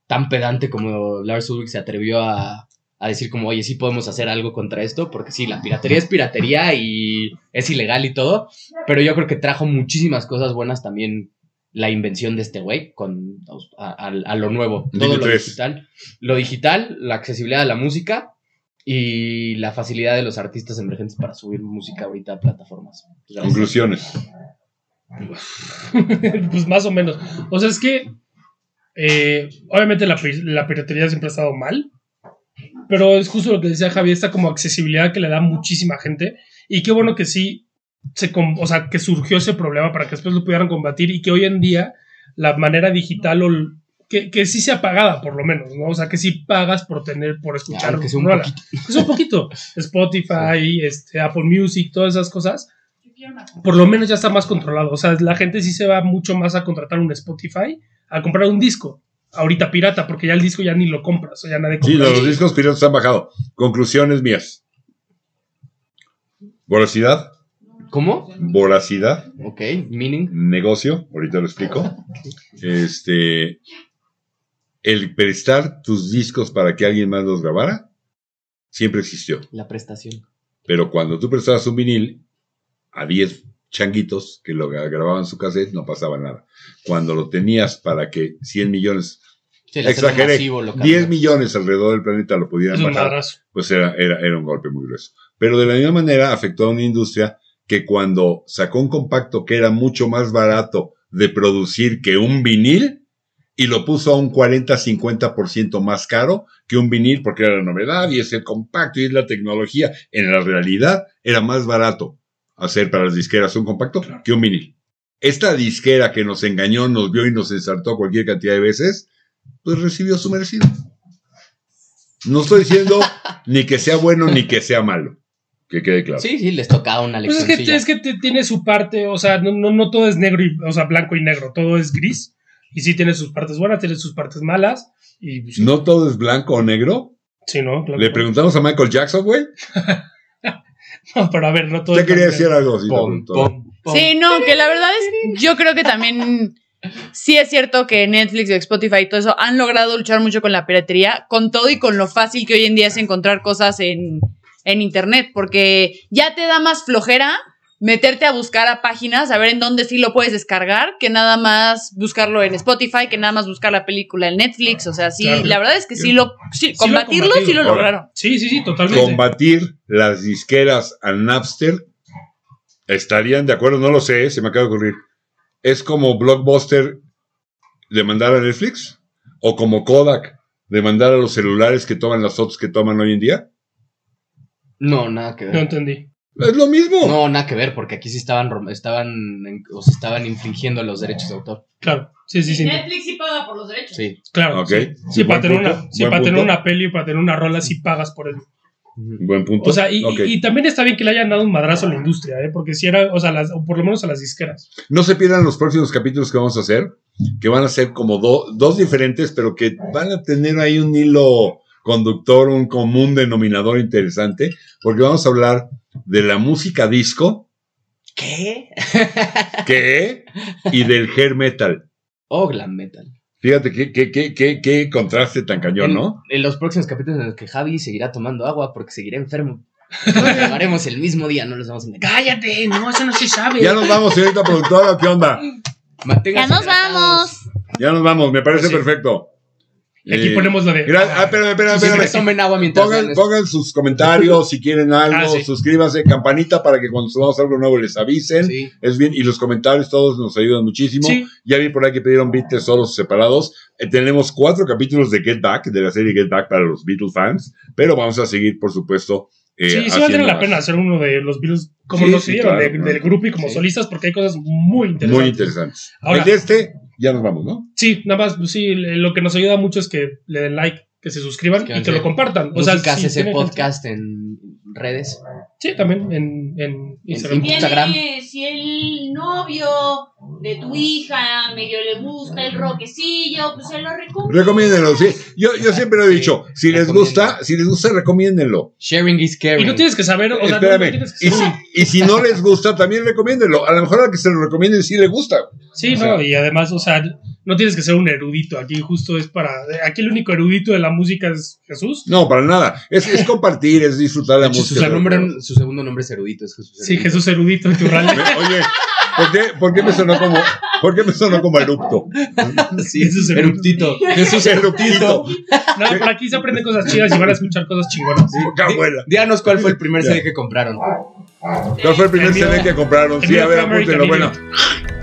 B: tan pedante como Lars Ulrich se atrevió a, a decir como, oye, sí podemos hacer algo contra esto, porque sí, la piratería es piratería y es ilegal y todo, pero yo creo que trajo muchísimas cosas buenas también la invención de este güey con, a, a- a lo nuevo, todo lo
A: Digitres.
B: digital. Lo digital, la accesibilidad a la música y la facilidad de los artistas emergentes para subir música ahorita a plataformas.
A: Conclusiones.
C: pues más o menos. O sea, es que Eh, obviamente la, pir- la piratería siempre ha estado mal, pero es justo lo que decía Javi, esta como accesibilidad que le da muchísima gente y qué bueno que sí, se, com- o sea, que surgió ese problema para que después lo pudieran combatir y que hoy en día la manera digital o l- que, que sí sea pagada por lo menos, ¿no? O sea, que sí pagas por tener, por escuchar.
B: Aunque sea un
C: rola. Que sea un poquito. Spotify, este, Apple Music, todas esas cosas por lo menos ya está más controlado. O sea, la gente sí se va mucho más a contratar un Spotify, a comprar un disco. Ahorita pirata, porque ya el disco ya ni lo compras, o ya nadie compra.
A: Sí, los discos piratas han bajado. Conclusiones mías. Voracidad,
B: ¿Cómo?
A: voracidad,
B: Ok, meaning.
A: negocio, ahorita lo explico. Este, el prestar tus discos para que alguien más los grabara, siempre existió.
B: La prestación.
A: Pero cuando tú prestabas un vinil a 10 changuitos que lo gra- grababan su cassette, no pasaba nada. Cuando lo tenías para que 100 millones,
B: Sí, el hacerlo
A: exageré,
B: masivo, lo
A: 10
B: cambia.
A: millones alrededor del planeta lo
C: Es
A: pudieran
C: un
A: bajar,
C: madrazo.
A: pues era, era, era un golpe muy grueso. Pero de la misma manera afectó a una industria que cuando sacó un compacto que era mucho más barato de producir que un vinil y lo puso a un 40-50% más caro que un vinil porque era la novedad y es el compacto y es la tecnología. En la realidad era más barato hacer para las disqueras un compacto que un vinil. Esta disquera que nos engañó, nos vio y nos ensartó cualquier cantidad de veces, pues recibió su merecido. No estoy diciendo ni que sea bueno ni que sea malo. Que quede claro.
B: Sí, sí, les tocaba una
C: Pues
B: lección.
C: es que, es que te- tiene su parte, o sea, no, no, no todo es negro, y, o sea, blanco y negro, todo es gris. Y sí tiene sus partes buenas, tiene sus partes malas. Y pues,
A: No todo es blanco o negro.
C: Sí, ¿no? Claro.
A: Le preguntamos a Michael Jackson, güey.
C: No, pero a ver, no todo
A: Ya
C: es
A: quería
C: blanco y
A: decir algo así.
B: Pom,
A: doctor.
B: pom, pom.
H: Sí, no, que la verdad es, yo creo que también sí es cierto que Netflix y Spotify y todo eso han logrado luchar mucho con la piratería, con todo y con lo fácil que hoy en día es encontrar cosas en, en internet, porque ya te da más flojera meterte a buscar a páginas, a ver en dónde sí lo puedes descargar, que nada más buscarlo en Spotify, que nada más buscar la película en Netflix, o sea, sí,
C: Claro.
H: la verdad es que sí lo, sí,
C: lo
H: combatirlo sí lo
C: combatimos.
H: lograron.
C: negro. Sí, sí, sí, totalmente.
A: Combatir las disqueras a Napster. ¿Estarían de acuerdo? No lo sé, se me acaba de ocurrir. ¿Es como Blockbuster demandar a Netflix? ¿O como Kodak demandar a los celulares que toman las fotos que toman hoy en día?
B: No, nada que
C: No
B: ver.
C: entendí.
A: Es lo mismo.
B: No, nada que ver, porque aquí sí estaban, rom- estaban, en- o sea, estaban infringiendo los derechos de autor.
C: Claro, sí, sí, sí.
F: Netflix sí paga por los derechos.
B: Sí.
C: Claro.
A: Ok.
C: Sí, Sí,
A: Buen
C: para, tener,
A: punto,
C: una, sí,
A: buen
C: para tener
A: punto.
C: una peli, para tener una rola, sí pagas por el
A: Buen punto.
C: O sea, y,
A: Ok.
C: y- y también está bien que le hayan dado un madrazo a la industria, ¿eh? Porque si era, o sea, las, o por lo menos a las disqueras.
A: No se pierdan los próximos capítulos que vamos a hacer, que van a ser como do- dos diferentes, pero que van a tener ahí un hilo conductor, un común denominador interesante, porque vamos a hablar de la música disco
B: ¿Qué?
A: que y del hair metal.
B: Oh, glam metal.
A: Fíjate qué, qué, qué, qué, qué contraste tan cañón,
B: en,
A: ¿no?
B: En los próximos capítulos en los que Javi seguirá tomando agua porque seguirá enfermo. Lo grabaremos el mismo día, no los vamos a engañar.
C: Cállate, no, eso no se sabe.
A: Ya nos vamos, señorita productora, ¿qué onda?
B: Manténganse
G: Ya nos
B: hidratados.
G: vamos.
A: Ya nos vamos, me parece
B: Sí.
A: perfecto.
C: Y aquí
A: Eh,
C: ponemos la de.
A: gra- ah, espérame, espérame,
B: Y siempre
A: espérame.
B: tomen agua mientras
A: Pongan,
B: vean esto.
A: pongan sus comentarios si quieren algo,
C: Ah, sí.
A: suscríbanse, campanita para que cuando subamos algo nuevo les avisen.
B: Sí.
A: Es bien, y los comentarios todos nos ayudan muchísimo.
C: Sí,
A: Ya vi por ahí que pidieron beats tesoros separados. Eh, tenemos cuatro capítulos de Get Back, de la serie Get Back para los Beatles fans, pero vamos a seguir, por supuesto. eh,
C: sí, sí
A: haciendo
C: valdría la
A: más.
C: pena hacer uno de los Beatles como
A: Sí,
C: los
A: sí,
C: hicieron,
A: claro,
C: de-
A: claro.
C: del grupo y como
B: Sí.
C: solistas, porque hay cosas muy interesantes.
A: Muy interesantes.
C: Ahora-
A: El de este, ya nos vamos, ¿no?
C: Sí, nada más, pues, sí, le- lo que nos ayuda mucho es que le den like, que se suscriban y que
B: Sí.
C: lo compartan. O
B: O
C: sea,
B: sea, Músicas
C: si
B: ese
C: tienen-
B: podcast en redes.
C: Sí, también en, en Instagram.
B: Insta. Instagram.
F: Tiene- si el novio de tu hija medio le gusta el roquecillo, pues se lo recomiendo.
A: Recomiéndenlo, sí. Yo,
C: Ah,
A: yo siempre lo he dicho, si les gusta, si les gusta, recomiéndenlo.
B: Sharing is
C: Y
B: caring.
C: no tienes que saber, o sea, no- no,
A: Espérame.
C: tienes que
A: y, si,
C: saber.
A: y si no les gusta, también recomiéndenlo. A lo mejor al que se lo recomienden sí le gusta.
C: Sí,
A: O
C: no,
A: sea-
C: y además, o sea, no tienes que ser un erudito. Aquí justo es para. Aquí el único erudito de la música es Jesús.
A: No, para nada. Es, es compartir, es disfrutar
B: De
A: la
B: hecho, su,
A: música.
B: nombre- su segundo nombre es erudito, es Jesús.
C: Sí,
B: Erudito.
C: Jesús erudito en tu
A: Me- Oye, ¿por qué, por qué me sonó como, por qué me sonó como eructo?
B: Sí,
C: Jesús
B: erudito. Jesús erudito.
A: Eructito.
C: No, pero aquí se aprenden cosas chidas y van a escuchar cosas chingonas.
A: Cabuela.
B: Díganos cuál fue el primer
A: Ya.
B: CD que compraron.
A: ¿Cuál fue el primer
C: El mío-
A: CD que compraron?
C: el
A: Sí,
C: mío
A: a ver,
C: fue American
A: apúntenlo. Bueno,